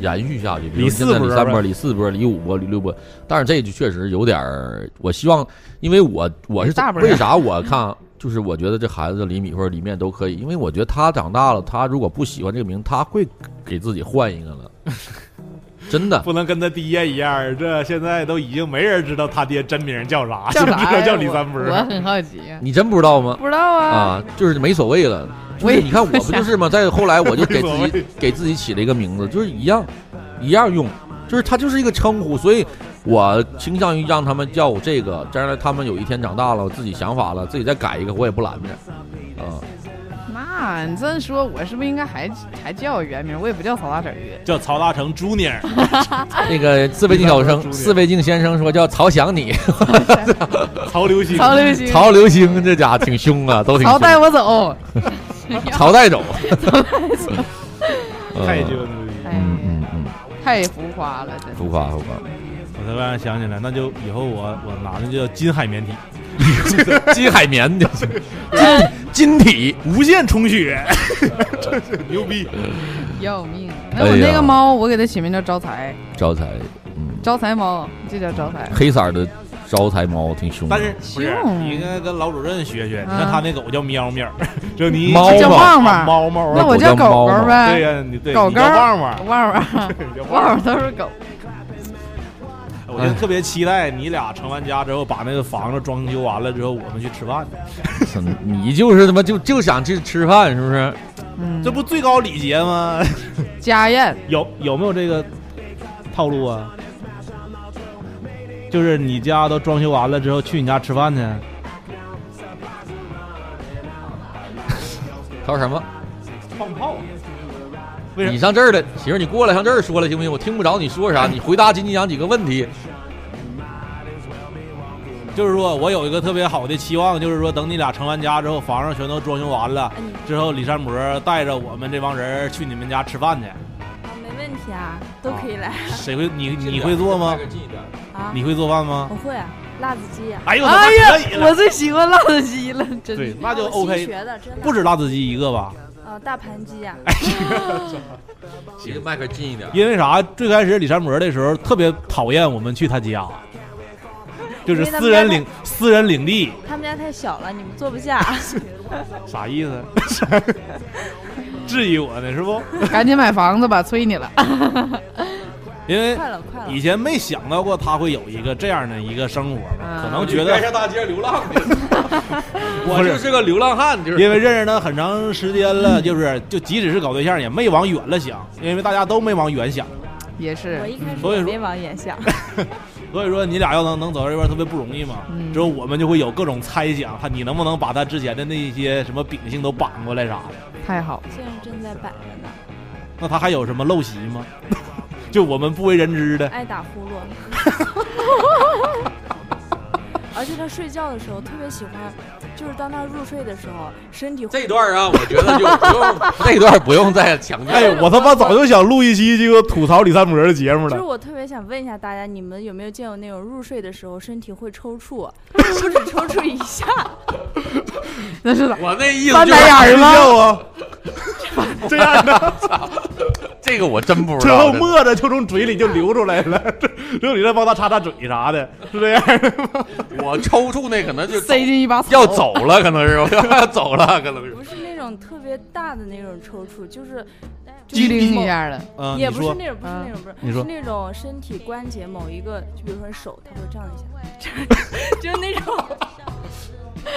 Speaker 1: 延续下去，比如
Speaker 3: 李
Speaker 1: 现
Speaker 3: 四
Speaker 1: 在
Speaker 3: 波
Speaker 1: 李三波、
Speaker 3: 呗
Speaker 1: 李四波、李五波、李六波，但是这就确实有点儿。我希望，因为我我是
Speaker 2: 大波儿
Speaker 1: 为啥我看就是我觉得这孩子李米或者李面都可以，因为我觉得他长大了，他如果不喜欢这个名，他会给自己换一个了。真的，
Speaker 3: 不能跟他爹一样，这现在都已经没人知道他爹真名叫啥，
Speaker 2: 叫
Speaker 3: 啊就
Speaker 2: 啥
Speaker 3: 知道
Speaker 2: 呀？
Speaker 3: 叫李三波
Speaker 2: 我，我很好奇，啊
Speaker 1: 你真不知道吗？
Speaker 2: 不知道啊。
Speaker 1: 啊，就是没所谓了。就
Speaker 2: 我
Speaker 1: 是
Speaker 2: 也
Speaker 1: 你看我不就是吗？再后来我就给自
Speaker 3: 没所
Speaker 1: 己
Speaker 3: 谓
Speaker 1: 给自己起了一个名字，就是一样一样用，就是它就是一个称呼，所以我倾向于让他们叫我这个，将来他们有一天长大了，自己想法了，自己再改一个，我也不拦着。啊，
Speaker 2: 妈，你这么说，我是不是应该还还叫我原名？我也不叫曹大婶儿
Speaker 3: 叫曹大成 Junior，
Speaker 1: 那个四倍镜小
Speaker 3: 一般
Speaker 1: 生，
Speaker 3: 都是猪脸
Speaker 1: 四倍镜先生说叫曹想你，
Speaker 3: 曹流星，
Speaker 2: 曹流 星，
Speaker 1: 曹流星这家挺凶 啊，都挺
Speaker 2: 曹
Speaker 1: 凶。
Speaker 2: 带我走。
Speaker 1: 曹带 走，嗯
Speaker 3: 太凶了。
Speaker 1: 嗯
Speaker 2: 哎呀，
Speaker 1: 嗯嗯，
Speaker 2: 太浮夸了，真的。
Speaker 1: 浮夸浮夸。
Speaker 3: 我突然想起来，那就以后我我拿的就叫金海绵体，
Speaker 1: 金海绵的金 金体，
Speaker 3: 无限充血， 这是牛逼。
Speaker 2: 要命！
Speaker 1: 哎
Speaker 2: 那我
Speaker 1: 呀
Speaker 2: 那个猫，我给它起名叫招财，
Speaker 1: 招财，嗯，
Speaker 2: 招财猫，就叫招财。
Speaker 1: 黑色儿的招财猫挺凶的，
Speaker 3: 但是不是
Speaker 2: 凶
Speaker 3: 你应该跟老主任学学，你
Speaker 2: 啊
Speaker 3: 看他那狗叫喵喵， 就你
Speaker 1: 猫
Speaker 2: 这叫
Speaker 1: 嘛
Speaker 2: 旺
Speaker 3: 啊
Speaker 2: 旺，
Speaker 3: 猫猫啊，
Speaker 2: 那我
Speaker 1: 叫
Speaker 2: 叫
Speaker 1: 猫
Speaker 2: 狗
Speaker 1: 嘛
Speaker 2: 狗
Speaker 3: 对
Speaker 2: 呗，
Speaker 3: 呀，你对
Speaker 2: 狗
Speaker 3: 你
Speaker 2: 狗
Speaker 3: 叫旺旺，
Speaker 2: 旺旺，
Speaker 3: 你 叫
Speaker 2: 旺
Speaker 3: 旺
Speaker 2: 旺
Speaker 3: 旺。
Speaker 2: 都是狗。
Speaker 3: 我就特别期待你俩成完家之后，把那个房子装修完了之后，我们去吃饭。
Speaker 1: 你就是他妈就就想去吃饭，是不是？
Speaker 2: 嗯，
Speaker 3: 这不最高礼节吗？
Speaker 2: 家宴，
Speaker 3: 有有没有这个套路啊？就是你家都装修完了之后，去你家吃饭去，
Speaker 1: 他说什么？
Speaker 3: 放炮。为啥
Speaker 1: 你上这儿来，媳妇儿你过来上这儿说了行不行？我听不着你说
Speaker 3: 哎
Speaker 1: 啥，你回答金金阳几个问题。
Speaker 3: 就是说我有一个特别好的期望，就是说等你俩成完家之后，房上全都装修完了
Speaker 4: 嗯，
Speaker 3: 之后李山伯带着我们这帮人去你们家吃饭去。
Speaker 4: 啊，没问题啊，都可以来
Speaker 3: 谁会你你会做吗？
Speaker 4: 啊。
Speaker 3: 你会做饭吗
Speaker 4: 我？会啊，辣子鸡呀、
Speaker 3: 哎呦我他妈
Speaker 2: 哎
Speaker 3: 可以
Speaker 2: 呀，
Speaker 3: 了！
Speaker 2: 我最喜欢辣子鸡 了，真
Speaker 3: 对
Speaker 2: 的，。
Speaker 3: 那就
Speaker 4: 我新
Speaker 3: OK。
Speaker 4: 学的真的
Speaker 3: 不止辣哎子鸡一个吧？
Speaker 4: 呃大盘鸡呀、
Speaker 1: 离麦克近一点，
Speaker 3: 因为啥？最开始李山伯的时候特别讨厌我们去他家，就是私人领私人领地，
Speaker 4: 他们家太小了，你们坐不下。
Speaker 3: 啥意思？ 质疑我呢是不？
Speaker 2: 赶紧买房子吧，催 你了。
Speaker 3: 因为
Speaker 4: 快了，快
Speaker 3: 以
Speaker 4: 了，
Speaker 3: 前没想到过他会有一个这样的一个生活嘛，
Speaker 2: 啊
Speaker 3: 可能觉得
Speaker 1: 上大街流浪去，
Speaker 3: 不是。
Speaker 1: 个流浪汉，就
Speaker 3: 因为认识他很长时间了，就是就即使是搞对象，也没往远了想，因为大家都没往远想。
Speaker 2: 也
Speaker 4: 我
Speaker 2: 是，
Speaker 4: 一开始
Speaker 3: 所以
Speaker 4: 也
Speaker 3: 说
Speaker 4: 没往远想。
Speaker 3: 所以说你俩要能能走到这边特别不容易嘛。
Speaker 2: 嗯
Speaker 3: 之后我们就会有各种猜想，他你能不能把他之前的那些什么秉性都绑过来啥的？
Speaker 2: 太好了，
Speaker 4: 现在正在摆着呢，
Speaker 3: 那他还有什么陋习吗？ 就我们不为人知的，
Speaker 4: 爱打呼噜。而且他睡觉的时候特别喜欢，就是当他入睡的时候，身体会
Speaker 1: 这段啊，我觉得就不用 这段不用再强调。
Speaker 3: 哎，我他妈早就想录一期这个吐槽李三伯的节目
Speaker 4: 就是
Speaker 3: 了。
Speaker 4: 我特别想问一下大家，你们有没有见过那种入睡的时候身体会抽搐，不止抽搐一下，
Speaker 2: 那是咋？
Speaker 1: 我那意
Speaker 2: 翻白眼儿吗？
Speaker 3: 啊，这样的，
Speaker 1: 这个我真不知
Speaker 3: 最
Speaker 1: 道。
Speaker 3: 后
Speaker 1: 真的
Speaker 3: 沫子就从嘴里就流出来了， 之后你再帮他擦擦嘴啥的，是这样的吗？
Speaker 1: 我抽搐那可能就
Speaker 2: 塞进一把草，
Speaker 1: 要走了，可能是 要走了，可能是。
Speaker 4: 不是那种特别大的那种抽搐，就是
Speaker 2: 机灵一下的。
Speaker 3: 嗯
Speaker 4: 也不是那种，不是那种，不是，
Speaker 3: 你说
Speaker 4: 是那种身体关节某一个，就比如说手，它会这样一下，这样就是那种，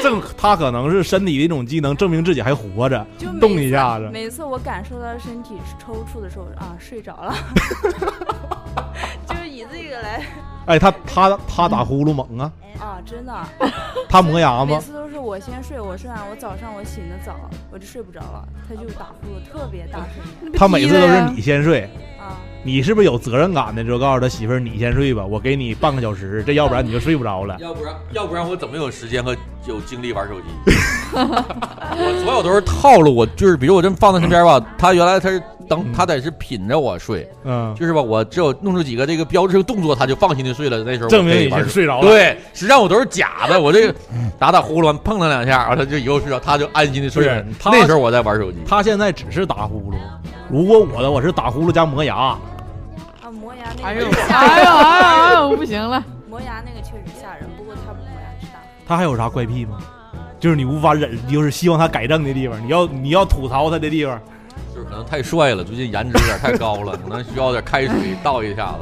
Speaker 3: 证，他可能是身体的一种机能，证明自己还活着
Speaker 4: 就每，
Speaker 3: 动一下子。
Speaker 4: 每次我感受到身体抽搐的时候，啊，睡着了，就是以这个来，
Speaker 3: 哎，他他他打呼噜猛啊，
Speaker 2: 嗯
Speaker 4: 啊，真的，
Speaker 3: 他磨牙
Speaker 4: 每
Speaker 3: 吗？
Speaker 4: 次都是我先睡，我睡完，我早上我醒的早，我就睡不着了，他就打呼噜特别大声
Speaker 2: 那不
Speaker 3: 他每
Speaker 2: 急
Speaker 3: 次
Speaker 2: 的
Speaker 3: 都是
Speaker 2: 呀
Speaker 3: 你先睡，
Speaker 4: 啊，
Speaker 3: 你是不是有责任感呢？就告诉他媳妇儿，你先睡吧，我给你半个小时，这要不然你就睡不着了。
Speaker 1: 要不然，要不然我怎么有时间和有精力玩手机？ 我所有都是套路，我就是比如我这么放在身边吧，他原来他是等他得是品着我睡，
Speaker 3: 嗯，
Speaker 1: 就是吧，我只有弄出几个这个标志性动作，他就放心的睡了。那时候我
Speaker 3: 证明
Speaker 1: 可以
Speaker 3: 已
Speaker 1: 玩
Speaker 3: 经睡着了。
Speaker 1: 对，实际上我都是假的，我这个打打呼噜完碰了两下，然后他就以后睡着，他就安心的睡了
Speaker 3: 不是。他
Speaker 1: 那时候我在玩手机，
Speaker 3: 他现在只是打呼噜，如果我的我是打呼噜加磨牙，
Speaker 4: 啊，磨牙 那
Speaker 2: 哎
Speaker 4: 个
Speaker 2: 呦，
Speaker 4: 很
Speaker 2: 哎
Speaker 4: 吓
Speaker 2: 呦，
Speaker 4: 人，
Speaker 2: 哎呦，不行了，
Speaker 4: 磨牙那个确实吓人，不过他不磨牙，是打呼噜。
Speaker 3: 他还有啥怪癖吗？就是你无法忍，就是希望他改正的地方，你要你要吐槽他的地方。
Speaker 1: 就是可能太帅了，最近颜值有点太高了，可能需要点开水倒一下子。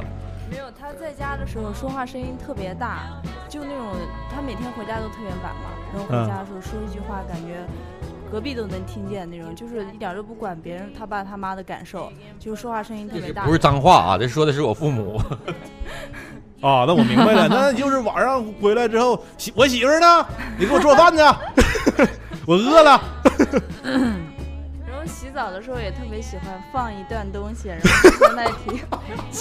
Speaker 4: 没有，他在家的时候说话声音特别大，就那种他每天回家都特别晚嘛，然后回家的时候说一句话，感觉隔壁都能听见那种，就是一点都不管别人他爸他妈的感受，就是说话声音特
Speaker 1: 这
Speaker 4: 别
Speaker 1: 是
Speaker 4: 大
Speaker 1: 不。是脏话啊？这说的是我父母。
Speaker 3: 啊，那我明 白了，那就是晚上回来之后，媳我媳妇儿呢？ 你给我做饭去，我饿了。
Speaker 4: 然后洗澡的时候也特别喜欢放一段东西，然后放在 听。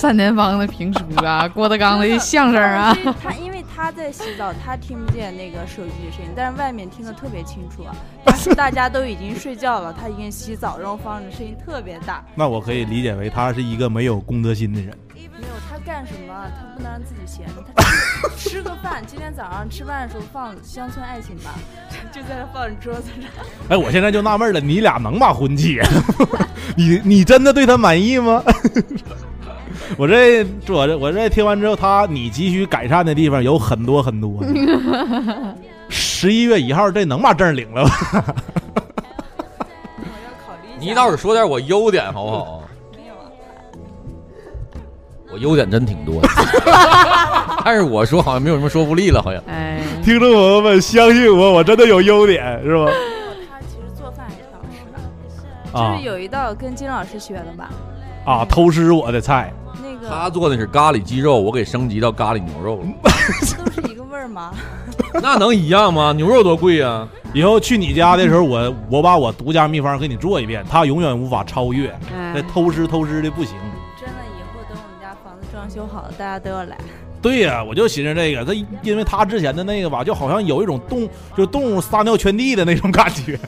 Speaker 2: 单田芳的评书啊，郭德纲的相声 啊，
Speaker 4: 因为他因为他在洗澡，他听不见那个手机的声音，但是外面听得特别清楚啊。但是大家都已经睡觉了，他已经洗澡，然后放着声音特别大。
Speaker 3: 那我可以理解为他是一个没有公德心的人。
Speaker 4: 没有他干什么，啊他不能让自己闲着。他吃个饭，今天早上吃饭的时候放《乡村爱情》吧，就在那放桌子上。
Speaker 3: 哎，我现在就纳闷了，你俩能把婚结了吗？ 你你真的对他满意吗？ 我这我这我这听完之后，他你急需改善的地方有很多很多。十一月一号这能把证领了吧？
Speaker 4: 我要考虑一下。
Speaker 1: 你倒是说点我优点好不好？
Speaker 4: 没有啊？
Speaker 1: 我优点真挺多的，但是我说好像没有什么说服力了，好像。
Speaker 2: 哎，
Speaker 3: 听众朋友们，相信我，我真的有优点，是吧？
Speaker 4: 他其实做饭还挺好吃的，
Speaker 3: 啊
Speaker 4: 就是有一道跟金老师学的吧，
Speaker 3: 啊，偷吃我的菜，
Speaker 4: 那个
Speaker 1: 他做的是咖喱鸡肉，我给升级到咖喱牛肉了，
Speaker 4: 都是一个味儿吗？
Speaker 1: 那能一样吗？牛肉多贵啊！
Speaker 3: 以后去你家的时候，我我把我独家秘方给你做一遍，他永远无法超越。
Speaker 2: 哎
Speaker 3: 那偷吃偷吃的不行。
Speaker 4: 真的，以后等我们家房子装修好了，大家都要来。
Speaker 3: 对呀、我就寻思这个，他因为他之前的那个吧，就好像有一种动，就是动物撒尿圈地的那种感觉，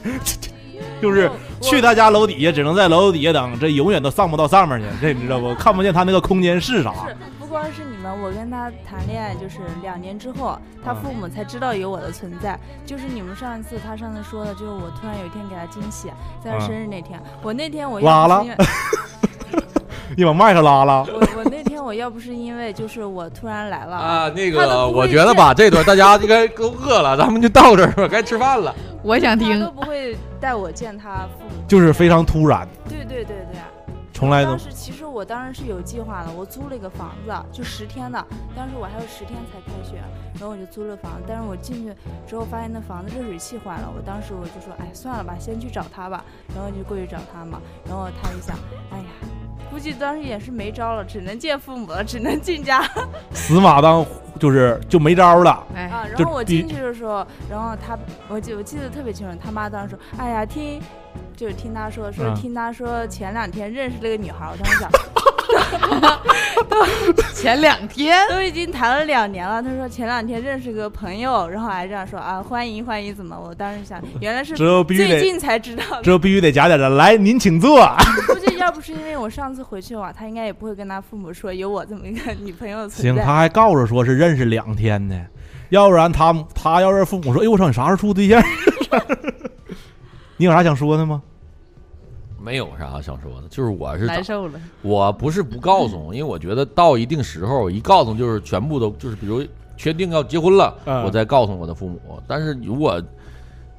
Speaker 3: 就是去他家楼底下，只能在楼底下等，这永远都上不到上面去，这你知道不？看不见他那个空间是啥。
Speaker 4: 是不光是你们，我跟他谈恋爱就是两年之后，他
Speaker 3: 嗯
Speaker 4: 父母才知道有我的存在。就是你们上一次，他上次说的，就是我突然有一天给他惊喜，在他
Speaker 3: 嗯
Speaker 4: 生日那天，我那天我
Speaker 3: 拉
Speaker 4: 要不
Speaker 3: 了
Speaker 4: 是因为
Speaker 3: 你把麦克拉了，
Speaker 4: 我我那天我要不是因为就是我突然来了，
Speaker 1: 啊，那
Speaker 4: 他
Speaker 1: 个
Speaker 4: 都不会
Speaker 1: 我觉得吧，这段大家应该都饿了，咱们就到这儿吧，该吃饭了。
Speaker 2: 我想
Speaker 4: 他
Speaker 2: 听
Speaker 4: 都，不会带我见他父母。
Speaker 3: 就是非常突然，
Speaker 4: 对对对啊对。
Speaker 3: 从来都
Speaker 4: 当时其实我当时是有计划的，我租了一个房子，就十天的，当时我还有十天才开学，然后我就租了房子，但是我进去之后发现那房子热水器坏了，我当时我就说，哎，算了吧，先去找他吧，然后就过去找他嘛，然后他一想，哎呀。估计当时也是没招了，只能见父母了，只能进家啊。
Speaker 3: 死马当就是就没招了。
Speaker 2: 哎，
Speaker 4: 然
Speaker 3: 就
Speaker 4: 后我
Speaker 3: 第
Speaker 4: 进去的时候，然后他，我记我记得特别清楚，他妈当时说：“哎呀，听，就是听他说，说
Speaker 3: 嗯
Speaker 4: 听他说前两天认识了个女孩儿。”我当时想，
Speaker 2: 前两 天
Speaker 4: 都已经谈了两年了，他说前两天认识个朋友，然后还这样说啊，欢迎欢迎，怎么？我当时想，原来是
Speaker 3: 之后必须
Speaker 4: 最
Speaker 3: 得，
Speaker 4: 近才知道
Speaker 3: 之
Speaker 4: 的。
Speaker 3: 后必须得假假的来，您请坐。
Speaker 4: 估计要不是因为我上次回去的话，他应该也不会跟他父母说有我这么一个女朋友的存
Speaker 3: 行，
Speaker 4: 在。
Speaker 3: 他还告诉说是认识两天呢，要不然他他要是父母说，哎呦我操，你啥时候处对象？ 你有啥想说的吗？
Speaker 1: 没有啥想说的，就是我是
Speaker 2: 难受了，
Speaker 1: 我不是不告诉，因为我觉得到一定时候一告诉就是全部都就是，比如确定要结婚了，
Speaker 3: 嗯
Speaker 1: 我再告诉我的父母。但是如果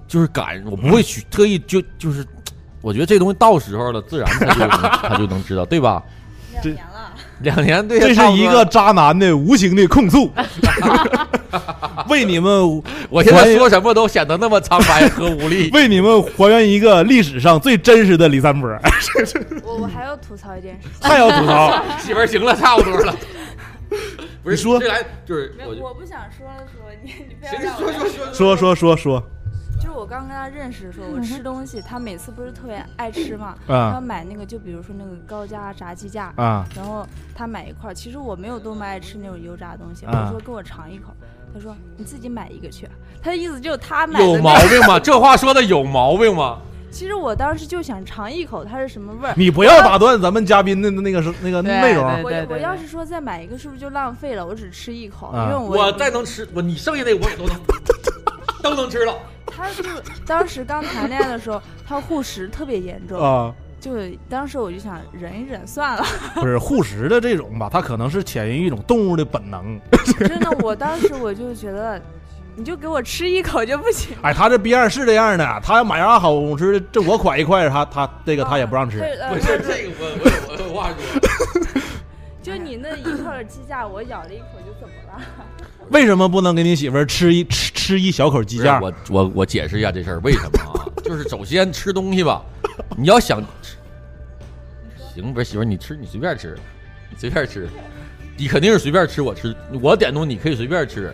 Speaker 1: 就是敢，我不会去特意就就是，我觉得这东西到时候了，自然他就能他就能知道，对吧？
Speaker 3: 这
Speaker 4: 两年了，
Speaker 1: 两年对呀，
Speaker 3: 这是
Speaker 1: 差不多
Speaker 3: 一个渣男的无形的 控诉，为你们。
Speaker 1: 我现在说什么都显得那么苍白和无力
Speaker 3: 为你们还原一个历史上最真实的李三伯，
Speaker 4: 我我还要吐槽一件事情，
Speaker 3: 还要吐槽。
Speaker 1: 媳妇儿行了，差不多 了。不是
Speaker 3: 你说
Speaker 1: 这来就是
Speaker 4: 没有
Speaker 1: 我就
Speaker 4: 我不想说的时候，你你不要
Speaker 1: 行，
Speaker 4: 让
Speaker 1: 说 说说
Speaker 4: 我。
Speaker 3: 说说说说，
Speaker 4: 就是我刚跟他认识的时候，我吃东西，他每次不是特别爱吃嘛，
Speaker 1: 嗯
Speaker 4: 他
Speaker 3: 啊
Speaker 4: 买那个就比如说那个高加炸鸡架，
Speaker 3: 啊
Speaker 4: 然后他买一块儿，其实我没有多么爱吃那种油炸的东西，
Speaker 3: 啊
Speaker 4: 我说给我尝一口，他说你自己买一个去，他的意思就是他买
Speaker 1: 有
Speaker 4: 的
Speaker 1: 毛
Speaker 4: 那，
Speaker 1: 病吗？这话说的有毛病吗？
Speaker 4: 其实我当时就想尝一口它是什么味儿。
Speaker 3: 你不要打断咱们嘉宾的那个是那个
Speaker 2: 对
Speaker 3: 内
Speaker 2: 对
Speaker 3: 容。
Speaker 4: 我
Speaker 2: 对对
Speaker 4: 我要是说再买一个，是不是就浪费了？我只吃一口，
Speaker 3: 啊
Speaker 4: 因为
Speaker 1: 我
Speaker 4: 我
Speaker 1: 再能吃，我你剩下那我也都能都能吃了。
Speaker 4: 他就当时刚谈恋爱的时候，他护食特别严重，
Speaker 3: 啊，
Speaker 4: 就当时我就想忍一忍算了。
Speaker 3: 不是护食的这种吧，它可能是潜于一种动物的本能。
Speaker 4: 真的，我当时我就觉得，你就给我吃一口就不行。
Speaker 3: 哎，他这逼样是这样的，他买啥好吃的，这我蒯一块，他他这个他也不让吃
Speaker 4: 对。呃
Speaker 1: 我这这个我我我有话说，
Speaker 4: 就你那一块鸡架，我咬了一口就怎么了？
Speaker 3: 为什么不能给你媳妇儿吃一吃吃一小口鸡架？
Speaker 1: 我我我解释一下这事儿为什么啊？就是首先吃东西吧，你要想吃，行不是媳妇儿，你吃你随便吃，你随便吃，你肯定是随便吃，我吃我点东西你可以随便吃，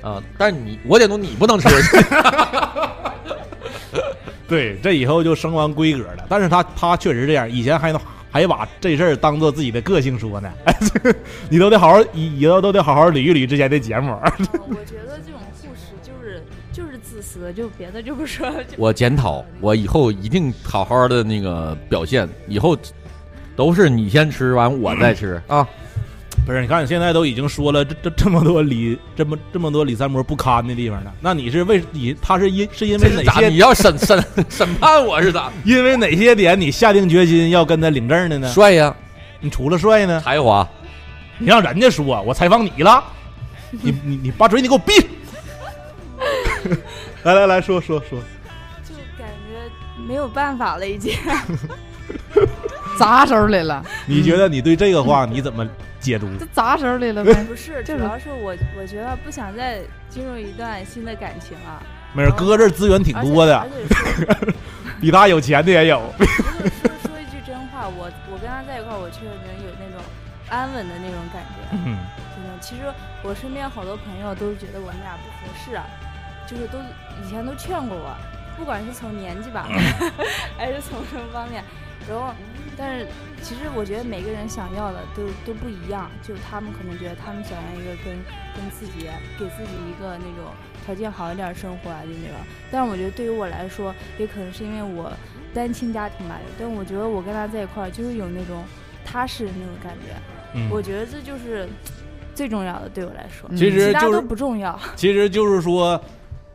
Speaker 1: 啊，但是你我点东西你不能吃，
Speaker 3: 对，这以后就升完规格了。但是他他确实这样，以前还能还把这事儿当做自己的个性说呢。 哎，这你都得好好以以后都得好好捋一捋之前的节目。
Speaker 4: 我觉得这种护食就是就是自私，就别的就不说。就
Speaker 1: 我检讨，我以后一定好好的那个表现，以后都是你先吃完我再吃啊，
Speaker 3: 不是，你看你现在都已经说了这这这么多李这么这么多李三伯不堪的地方了，那你是为你他是因是因为
Speaker 1: 这是
Speaker 3: 哪
Speaker 1: 咋？你
Speaker 3: 些
Speaker 1: 要审审审判我是咋？
Speaker 3: 因为哪些点你下定决心要跟他领证的呢？
Speaker 1: 帅呀，
Speaker 3: 你除了帅呢，
Speaker 1: 才华。
Speaker 3: 你让人家说，我采访你了，你你你把嘴你给我闭上。来来来说说说，
Speaker 4: 就感觉没有办法了，已经。
Speaker 2: 砸手里了，
Speaker 3: 你觉得你对这个话你怎么解读？
Speaker 2: 这砸手里了呗。
Speaker 4: 不 是，主
Speaker 2: 这种
Speaker 4: 要是我我觉得不想再进入一段新的感情了。
Speaker 3: 没事，哥这儿资源挺
Speaker 4: 而且
Speaker 3: 多的
Speaker 4: 而，且说
Speaker 3: 比他有钱的也有。
Speaker 4: 不是说说一句真话，我我跟他在一块儿，我确实能有那种安稳的那种感觉。
Speaker 3: 嗯
Speaker 4: 真的，其实我身边好多朋友都是觉得我们俩不合适，啊，就是都以前都劝过我，不管是从年纪吧， 还是从什么方面，然后，但是其实我觉得每个人想要的都都不一样，就他们可能觉得他们想要一个跟跟自己给自己一个那种条件好一点儿生活啊，就那种。但是我觉得对于我来说，也可能是因为我单亲家庭吧，但我觉得我跟他在一块儿就是有那种踏实的那种感觉。我
Speaker 3: 嗯，
Speaker 4: 觉得这就是最重要的，对我来说，
Speaker 2: 嗯
Speaker 3: 其实
Speaker 4: 其他
Speaker 3: 就
Speaker 4: 都
Speaker 3: 是
Speaker 4: 不重要。
Speaker 3: 其实就是说，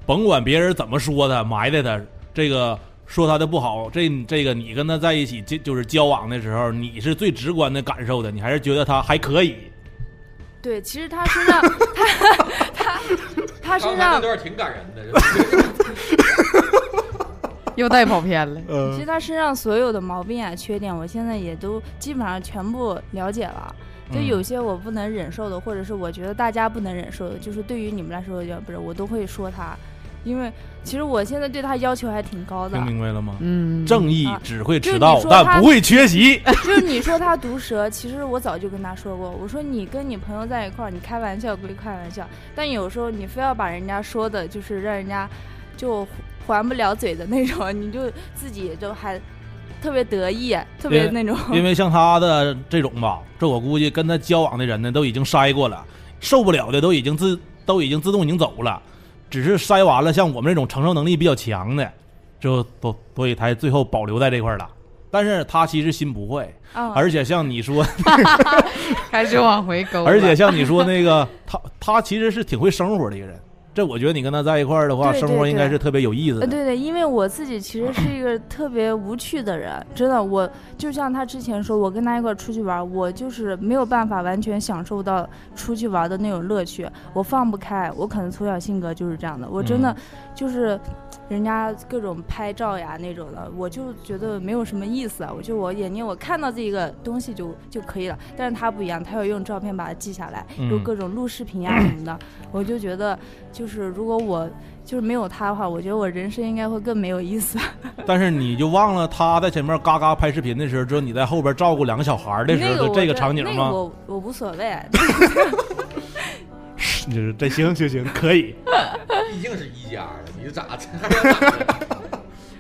Speaker 3: 甭管别人怎么说他，埋汰他，这个说他的不好，这这个你跟他在一起，这就是交往的时候，你是最直观的感受的，你还是觉得他还可以。
Speaker 4: 对，其实他身上，他他他身上，
Speaker 1: 段挺感人的，
Speaker 2: 又带跑偏了。
Speaker 4: 其
Speaker 3: 嗯
Speaker 4: 实他身上所有的毛病啊、缺点，我现在也都基本上全部了解了。就
Speaker 3: 嗯
Speaker 4: 有些我不能忍受的，或者是我觉得大家不能忍受的，就是对于你们来说，要不是我都会说他，因为其实我现在对他要求还挺高的
Speaker 3: 听。明白了吗？
Speaker 2: 嗯，
Speaker 3: 正义只会迟到
Speaker 4: 啊就，你说他
Speaker 3: 但不会缺席。
Speaker 4: 就是你说他毒舌， 其实我早就跟他说过，我说你跟你朋友在一块儿，你开玩笑归开玩笑，但有时候你非要把人家说的，就是让人家就还不了嘴的那种， 你就自己就还特别得意，特别那种。
Speaker 3: 因为像他的这种吧，这我估计跟他交往的人呢，都已经筛过了，受不了的都已经自都已经自动已经走了，只是筛完了，像我们这种承受能力比较强的，就都所以他最后保留在这块儿了。但是他其实心不坏，
Speaker 4: 嗯，
Speaker 3: 而且像你 说，
Speaker 2: 开始往回勾了。
Speaker 3: 而且像你说那个， 他他其实是挺会生活的一个人。这我觉得你跟他在一块儿的话，
Speaker 4: 对对
Speaker 3: 生活应该
Speaker 4: 对
Speaker 3: 是特别有意思
Speaker 4: 呃，
Speaker 3: 的。
Speaker 4: 对对，因为我自己其实是一个特别无趣的人，真的，我就像他之前说，我跟他一块儿出去玩儿，我就是没有办法完全享受到出去玩儿的那种乐趣，我放不开，我可能从小性格就是这样的，我真的
Speaker 3: 嗯
Speaker 4: 就是人家各种拍照呀那种的，我就觉得没有什么意思啊，我就我眼睛我看到这个东西就就可以了，但是他不一样，他要用照片把它记下来，有
Speaker 3: 嗯
Speaker 4: 各种录视频呀啊什么的，我就觉得就是如果我就是没有他的话，我觉得我人生应该会更没有 意思。
Speaker 3: 但是你就忘了他在前面嘎嘎拍视频的时候，只有你在后边照顾两个小孩儿的时
Speaker 4: 那
Speaker 3: 候，
Speaker 4: 个
Speaker 3: 就
Speaker 4: 我
Speaker 3: 这个
Speaker 4: 觉得
Speaker 3: 场景
Speaker 4: 那
Speaker 3: 吗
Speaker 4: 个？我我无所谓，
Speaker 3: 就是这行行行，可以。
Speaker 1: 毕竟是一家的，你咋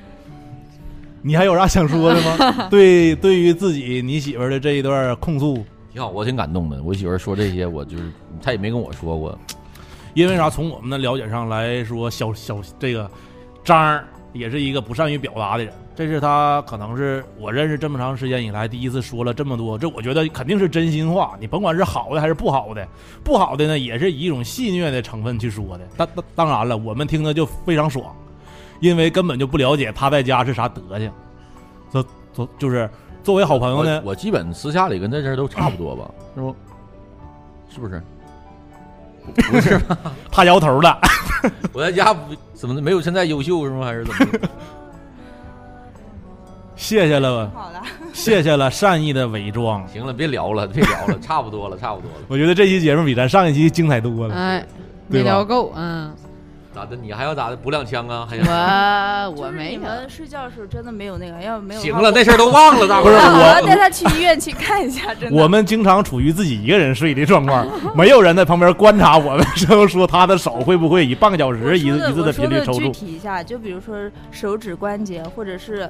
Speaker 3: 你还有啥想说的吗？对，对于自己你媳妇儿的这一段控诉，
Speaker 1: 挺好，我挺感动的。我媳妇儿说这些，我就是她也没跟我说过，
Speaker 3: 因为啥？从我们的了解上来说，小小这个张儿也是一个不善于表达的人，这是他可能是我认识这么长时间以来第一次说了这么多，这我觉得肯定是真心话。你甭管是好的还是不好的，不好的呢也是以一种戏谑的成分去说的。当当当然了，我们听着就非常爽，因为根本就不了解他在家是啥德行。这这就是作为好朋友呢嗯
Speaker 1: 我，我基本私下里跟这事儿都差不多吧，是不？是不是？不是吧，
Speaker 3: 他摇头了。
Speaker 1: 我在家不怎么的没有现在优秀是吗？还是怎么的？
Speaker 3: 谢谢了，
Speaker 4: 好了，
Speaker 3: 谢谢了，善意的伪装。
Speaker 1: 行了，别聊了，别聊了，差不多了，差不多了。
Speaker 3: 我觉得这期节目比咱上一期精彩多
Speaker 4: 嗯
Speaker 3: 了。
Speaker 2: 哎，
Speaker 3: 对
Speaker 2: 没聊
Speaker 3: 吧
Speaker 2: 够，嗯，
Speaker 1: 咋的？你还要咋的？补两枪啊？ 还想？
Speaker 2: 我
Speaker 4: 就
Speaker 2: 我
Speaker 4: 是
Speaker 2: 没
Speaker 4: 你
Speaker 2: 有，
Speaker 4: 们睡觉的时候真的没有那个，要没有
Speaker 1: 行
Speaker 4: 话
Speaker 1: 了，
Speaker 4: 我
Speaker 1: 那事儿都忘了，大伙
Speaker 3: 不是
Speaker 1: 儿。
Speaker 4: 我要
Speaker 3: 我
Speaker 4: 带他去医院去看一 下，真的。
Speaker 3: 我们经常处于自己一个人睡的状 况，没有人在旁边观察我们， 然后说他的手会不会以半个小
Speaker 4: 我
Speaker 3: 时一
Speaker 4: 说的
Speaker 3: 一次
Speaker 4: 我
Speaker 3: 频
Speaker 4: 说
Speaker 3: 率
Speaker 4: 的
Speaker 3: 抽
Speaker 4: 具
Speaker 3: 搐。
Speaker 4: 体一下，就比如说手指关节或者是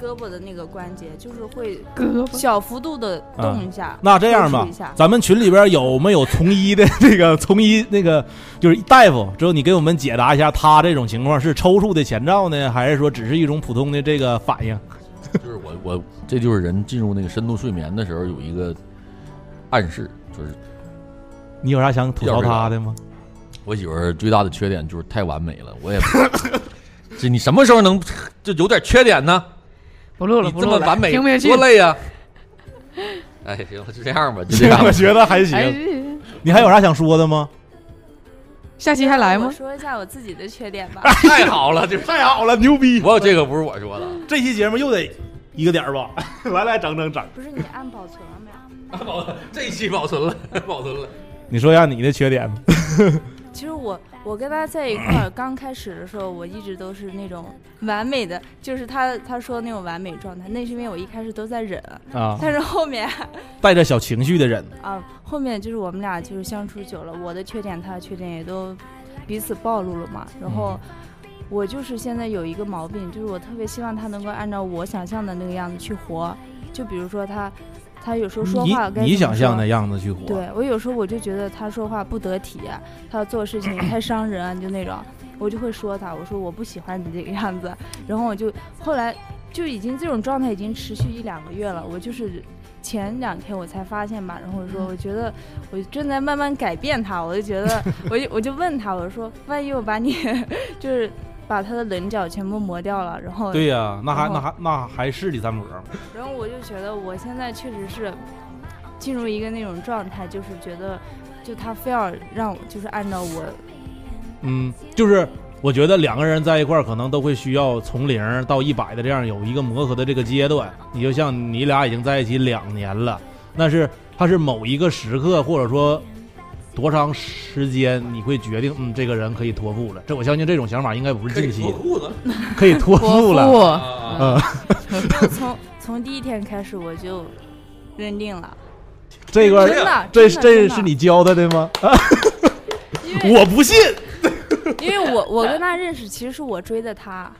Speaker 4: 胳膊的那个关节，就是会
Speaker 2: 胳膊
Speaker 4: 小幅度的动一下。
Speaker 3: 嗯那这样吧
Speaker 4: 抽搐一下，
Speaker 3: 咱们群里边有没有从医的这个从医那个就是大夫？之后你给我们解答一下，他这种情况是抽搐的前兆呢，还是说只是一种普通的这个反应？
Speaker 1: 就是我我这就是人进入那个深度睡眠的时候有一个暗示，就是
Speaker 3: 你有啥想吐槽他的吗？
Speaker 1: 我媳妇儿最大的缺点就是太完美了，我也不。 这你什么时候能就有点缺点呢？
Speaker 2: 不录了，
Speaker 1: 你
Speaker 2: 不
Speaker 1: 这
Speaker 2: 录
Speaker 1: 么
Speaker 2: 了，
Speaker 1: 完美
Speaker 2: 听不下去
Speaker 1: 多。累呀、 哎，行了，就这样吧， 就这样吧
Speaker 3: 我。觉得还
Speaker 1: 啊
Speaker 2: 哎
Speaker 3: 行。， 你还有啥想说的 吗？
Speaker 2: 下期还来
Speaker 4: 我
Speaker 2: 吗？
Speaker 4: 说一下我自己的缺点 吧。
Speaker 1: 太好了，这
Speaker 3: 哎太好了，牛逼！
Speaker 1: 我这个不是我说的，
Speaker 3: 这期节目又得一个点儿吧， 来来整整整。
Speaker 4: 不是你按保存了没 有？
Speaker 1: 保这一期保存了， 保存了。
Speaker 3: 你说一下你的缺点吧。
Speaker 4: 其实我我跟他在一块儿刚开始的时候，我一直都是那种完美的，就是他他说那种完美状态，那是因为我一开始都在忍，
Speaker 3: 啊，
Speaker 4: 但是后面
Speaker 3: 带着小情绪的人，
Speaker 4: 啊后面就是我们俩就是相处久了，我的缺点他的缺点也都彼此暴露了嘛，然后。
Speaker 3: 嗯
Speaker 4: 我就是现在有一个毛病，就是我特别希望他能够按照我想象的那个样子去活。就比如说他，他有时候说
Speaker 3: 你
Speaker 4: 话该
Speaker 3: 你
Speaker 4: 怎
Speaker 3: 想
Speaker 4: 么说
Speaker 3: 象的样子去活。
Speaker 4: 对我有时候我就觉得他说话不得体、他做事情太伤人、啊，就那种，我就会说他，我说我不喜欢你这个样子。然后我就后来就已经这种状态已经持续一两个月了，我就是前两天我才发现吧，然后我说
Speaker 2: 嗯
Speaker 4: 我觉得我正在慢慢改变他，我就觉得我就我就问他，我说万一我把你 就是把他的棱角全部磨掉了，然后
Speaker 3: 对呀、那还
Speaker 4: 然后
Speaker 3: 那还那还是李三伯吗？
Speaker 4: 然后我就觉得我现在确实是进入一个那种状态，就是觉得就他非要让我就是按照我
Speaker 3: 嗯，就是我觉得两个人在一块儿，可能都会需要从零到一百的这样有一个磨合的这个阶段。你就像你俩已经在一起两年了，但是他是某一个时刻，或者说多长时间，你会决定，嗯，这个人可以脱裤了。这我相信这种想法应该不是近期
Speaker 1: 裤子
Speaker 3: 可以脱裤了。
Speaker 2: 了，
Speaker 1: 啊！
Speaker 3: 嗯，
Speaker 4: 就从从第一天开始我就认定了，
Speaker 3: 这一块
Speaker 4: 真的
Speaker 3: 这
Speaker 4: 真的
Speaker 3: 这
Speaker 4: 真的
Speaker 3: 是你教他的吗？啊
Speaker 4: 因为
Speaker 3: 我不信。
Speaker 4: 因为我我跟他认识，其实是我追的他。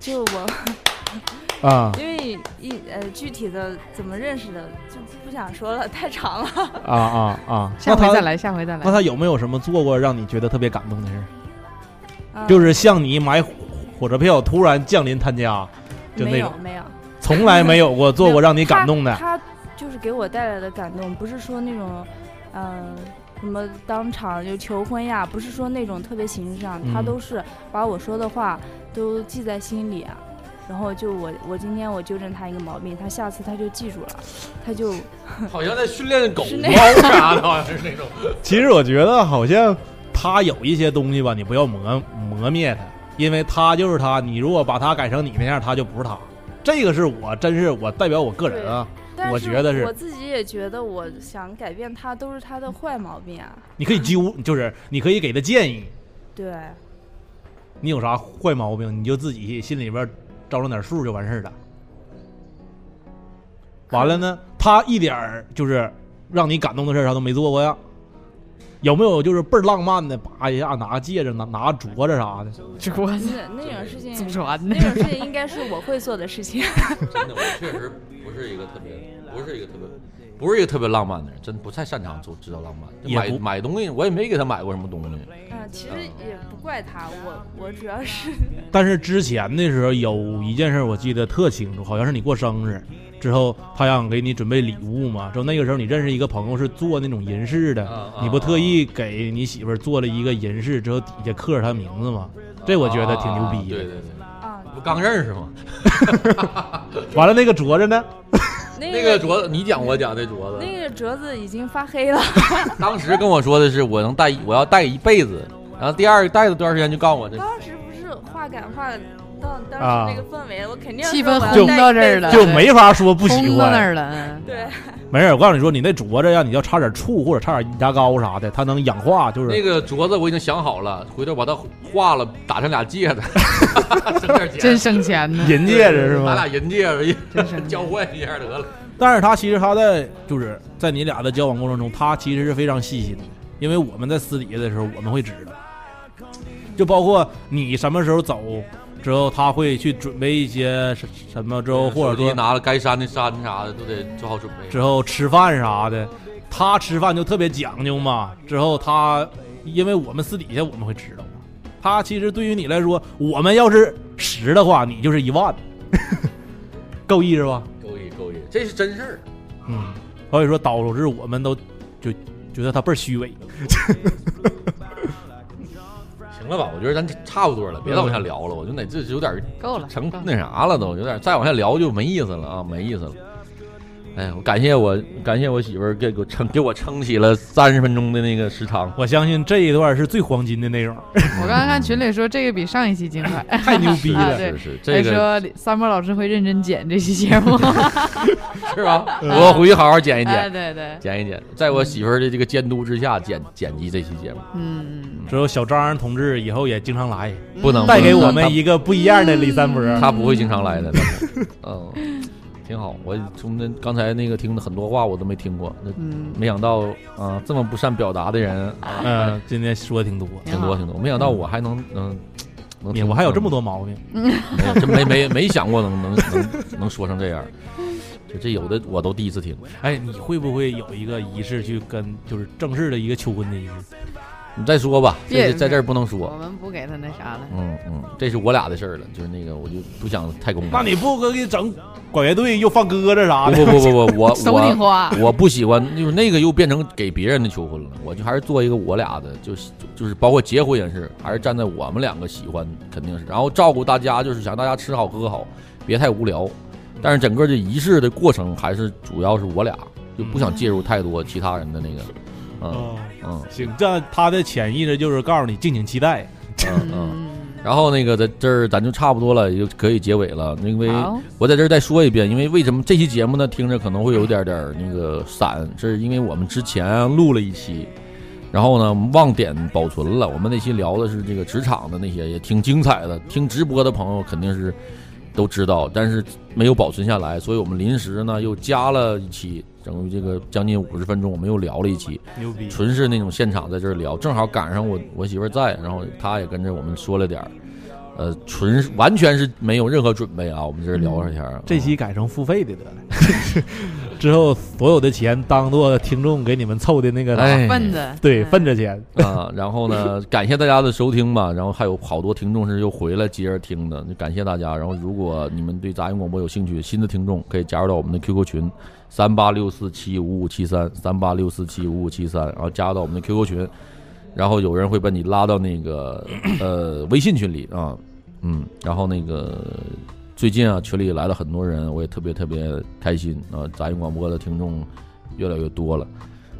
Speaker 4: 就我，
Speaker 3: 啊
Speaker 4: 因为一呃具体的怎么认识的就不想说了，太长了。
Speaker 3: 啊啊啊！
Speaker 2: 下
Speaker 3: 那
Speaker 2: 回
Speaker 3: 他
Speaker 2: 再来，下回再
Speaker 3: 那
Speaker 2: 来。
Speaker 3: 他有没有什么做过让你觉得特别感动的事儿？
Speaker 4: 嗯
Speaker 3: 就是像你买火火车票突然降临他家，就
Speaker 4: 没
Speaker 3: 那
Speaker 4: 有
Speaker 3: 种
Speaker 4: 没有
Speaker 3: 从来没有过做过让你感动的。
Speaker 4: 他他就是给我带来的感动，不是说那种，嗯、什么当场就求婚呀，不是说那种特别形式上，
Speaker 3: 嗯
Speaker 4: 他都是把我说的话都记在心里啊。然后就我我今天我纠正他一个毛病，他下次他就记住了，他就
Speaker 1: 好像在训练狗
Speaker 4: 是那
Speaker 1: 猫啥的，好像是那种。
Speaker 3: 其实我觉得好像他有一些东西吧，你不要磨磨灭他，因为他就是他。你如果把他改成你那样，他就不是他。这个是我真是我代表我个人啊，
Speaker 4: 但是
Speaker 3: 我觉得是
Speaker 4: 我自己也觉得我想改变他都是他的坏毛病啊，
Speaker 3: 你可以揪，就是你可以给他建议，
Speaker 4: 对，
Speaker 3: 你有啥坏毛病，你就自己心里边招着点数就完事儿了。完了呢，他一点儿就是让你感动的事儿他都没做过呀。有没有就是倍儿浪漫的，叭一下拿戒指、拿拿镯子啥的？
Speaker 2: 镯子、
Speaker 4: 那那种事情
Speaker 2: 祖传
Speaker 4: 那
Speaker 2: 的，
Speaker 4: 种事情应该是我会做的事 情。
Speaker 1: 真的，我确实不是一个特别，不是一个特别，不是一个特别浪漫的人，真不太擅长做制造浪漫。
Speaker 3: 也
Speaker 1: 买
Speaker 3: 不
Speaker 1: 买东西，我也没给他买过什么东西。
Speaker 4: 啊，其实也不怪他，我我主要是
Speaker 3: 但是之前的时候有一件事我记得特清楚，好像是你过生日之后，他想给你准备礼物嘛。之后那个时候你认识一个朋友是做那种银饰的，
Speaker 1: 啊啊
Speaker 3: 你不特意给你媳妇儿做了一个银饰，之后底下刻着她名字嘛？这我觉得挺牛逼
Speaker 1: 啊对
Speaker 3: 的。
Speaker 1: 对对，
Speaker 4: 啊，
Speaker 1: 不刚认识吗？
Speaker 3: 完了那个镯子呢？
Speaker 4: 那
Speaker 1: 那个镯子，你讲我讲那镯子。
Speaker 4: 那个镯子已经发黑了，
Speaker 1: 当时跟我说的是，我能戴一，我要戴一辈子。然后第二个待了多长时间就告诉我这，
Speaker 4: 当时不是话赶话到
Speaker 3: 啊
Speaker 4: 当时那个氛围，我肯定
Speaker 2: 气
Speaker 4: 说
Speaker 2: 氛
Speaker 4: 我要
Speaker 2: 烘
Speaker 4: 带
Speaker 2: 到
Speaker 4: 一
Speaker 2: 这
Speaker 4: 辈
Speaker 2: 儿
Speaker 4: 子
Speaker 2: 了
Speaker 3: 就没法说不喜
Speaker 2: 轰到那
Speaker 3: 欢。
Speaker 2: 儿了，嗯
Speaker 4: 对，啊
Speaker 3: 没事，我告诉你说，你那镯子呀，你要插点醋或者插点牙膏啥的，它能氧化，就是
Speaker 1: 那个镯子我已经想好了，回头把它化了，打成俩戒指， 省点
Speaker 2: 真
Speaker 1: 钱，
Speaker 2: 省钱呢，
Speaker 3: 银戒指是
Speaker 1: 拿
Speaker 3: 吗？
Speaker 1: 俩银戒指
Speaker 2: 真省
Speaker 1: 交
Speaker 2: 钱。
Speaker 1: 换一下得了。
Speaker 3: 但是他其实他在就是在你俩的交往过程中，他其实是非常细心的，因为我们在私底下的时候我们会知道，就包括你什么时候走之后，他会去准备一些什什么之后，哦或者
Speaker 1: 手机
Speaker 3: 说
Speaker 1: 拿了该删的删啥的，都得做好准备。
Speaker 3: 之后吃饭啥的，他吃饭就特别讲究嘛。之后他因为我们私底下我们会知道嘛，他其实对于你来说，我们要是十的话，你就是一万， 够意思吧？
Speaker 1: 勾引勾引，这是真事儿。
Speaker 3: 嗯，所以说导致我们都就觉得他倍儿虚伪。
Speaker 1: 行了吧，我觉得咱差不多了，别再往下聊
Speaker 3: 嗯
Speaker 1: 了。我觉得这有点
Speaker 2: 够了，
Speaker 1: 成那啥了都，有点再往下聊就没意思了啊，没意思了。哎，我感谢我感谢我媳妇儿给给我撑给我撑起了三十分钟的那个时长，
Speaker 3: 我相信这一段是最黄金的内容，
Speaker 2: 我刚刚看群里说这个比上一期精彩，
Speaker 3: 太牛逼
Speaker 2: 啊
Speaker 3: 了。
Speaker 2: 对
Speaker 1: 是是这个
Speaker 2: 还说三毛老师会认真剪这期 节目，
Speaker 1: 是吧？
Speaker 2: 嗯
Speaker 1: 我回去好好剪一
Speaker 2: 哎，
Speaker 1: 剪，
Speaker 2: 对对，
Speaker 1: 剪一剪，在我媳妇儿的这个监督之下剪剪辑这期节目，
Speaker 2: 嗯，
Speaker 3: 之后小张同志以后也经常来，
Speaker 1: 不能
Speaker 3: 带给我们一个不一样的李三伯。
Speaker 1: 他不会经常来的，嗯，挺好。我从那刚才那个听的很多话我都没听过，那
Speaker 2: 嗯，
Speaker 1: 没想到啊、这么不善表达的人啊，
Speaker 3: 嗯，今天说的挺多，
Speaker 1: 挺多挺多。没想到我还能嗯，能
Speaker 3: 你
Speaker 1: 听
Speaker 3: 我还有这么多毛病。
Speaker 1: 没有真没没没想过能能能能说成这样。就这有的我都第一次听，
Speaker 3: 哎，你会不会有一个仪式去跟就是正式的一个求婚的仪式？
Speaker 1: 你再说吧，
Speaker 2: 别
Speaker 1: 这在这儿不能
Speaker 2: 我
Speaker 1: 说。
Speaker 2: 们不给他那啥了，
Speaker 1: 嗯嗯，这是我俩的事儿了，就是那个我就不想太公
Speaker 3: 那
Speaker 1: 开。
Speaker 3: 你不给给整管乐队又放鸽子
Speaker 1: 不
Speaker 3: 啥的？
Speaker 1: 不不不不， 我
Speaker 2: 手顶
Speaker 1: 我
Speaker 2: 花，
Speaker 1: 我不喜欢，就是那个又变成给别人的求婚了，我就还是做一个我俩的，就是就是包括结婚也是，还是站在我们两个喜欢肯定是，然后照顾大家，就是想大家吃好喝好，别太无聊。但是整个这仪式的过程还是主要是我俩，就不想介入太多其他人的那个，嗯
Speaker 3: 哦
Speaker 1: 嗯
Speaker 3: 行，这他的潜意识就是告诉你敬请期待。
Speaker 1: 嗯嗯。然后那个在这儿咱就差不多了，就可以结尾了，因为。
Speaker 2: 好，
Speaker 1: 我在这儿再说一遍，因为为什么这期节目呢，听着可能会有点点儿那个散，是因为我们之前录了一期，然后呢忘点保存了。我们那期聊的是这个职场的那些，也挺精彩的。听直播的朋友肯定是都知道，但是没有保存下来，所以我们临时呢又加了一期，等于这个将近五十分钟，我们又聊了一期。
Speaker 3: 牛逼！
Speaker 1: 纯是那种现场在这儿聊，正好赶上我我媳妇儿在，然后她也跟着我们说了点儿，呃，纯是完全是没有任何准备啊，我们这儿聊了一下儿。
Speaker 3: 这期改成付费的得了， 之后所有的钱当做听众给你们凑的那个啥
Speaker 1: 哎
Speaker 2: 份子，
Speaker 3: 对
Speaker 2: 嗯
Speaker 3: 份子钱。
Speaker 1: 啊，然后呢，感谢大家的收听吧，然后还有好多听众是又回来接着听的，就感谢大家。然后如果你们对杂音广播有兴趣，新的听众可以加入到我们的 QQ 群三八六四七五五七三三八六四七五五七三，然后加入到我们的 QQ 群，然后有人会把你拉到那个呃微信群里啊，嗯，然后那个最近啊群里来了很多人，我也特别特别开心啊，杂音广播的听众越来越多了。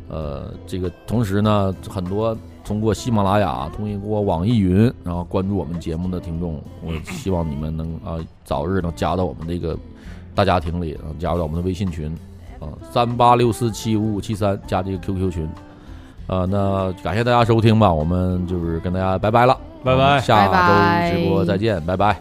Speaker 1: 呃，这个同时呢，很多通过喜马拉雅、通过网易云，然后关注我们节目的听众，我希望你们能啊、早日能加到我们这个大家庭里，然后加入到我们的微信群，啊三八六四七五五七三加这个 QQ 群，啊，那感谢大家收听吧，我们就是跟大家拜拜了，
Speaker 3: 拜拜
Speaker 1: 我们下
Speaker 2: 拜拜
Speaker 1: 周直播再见，拜拜。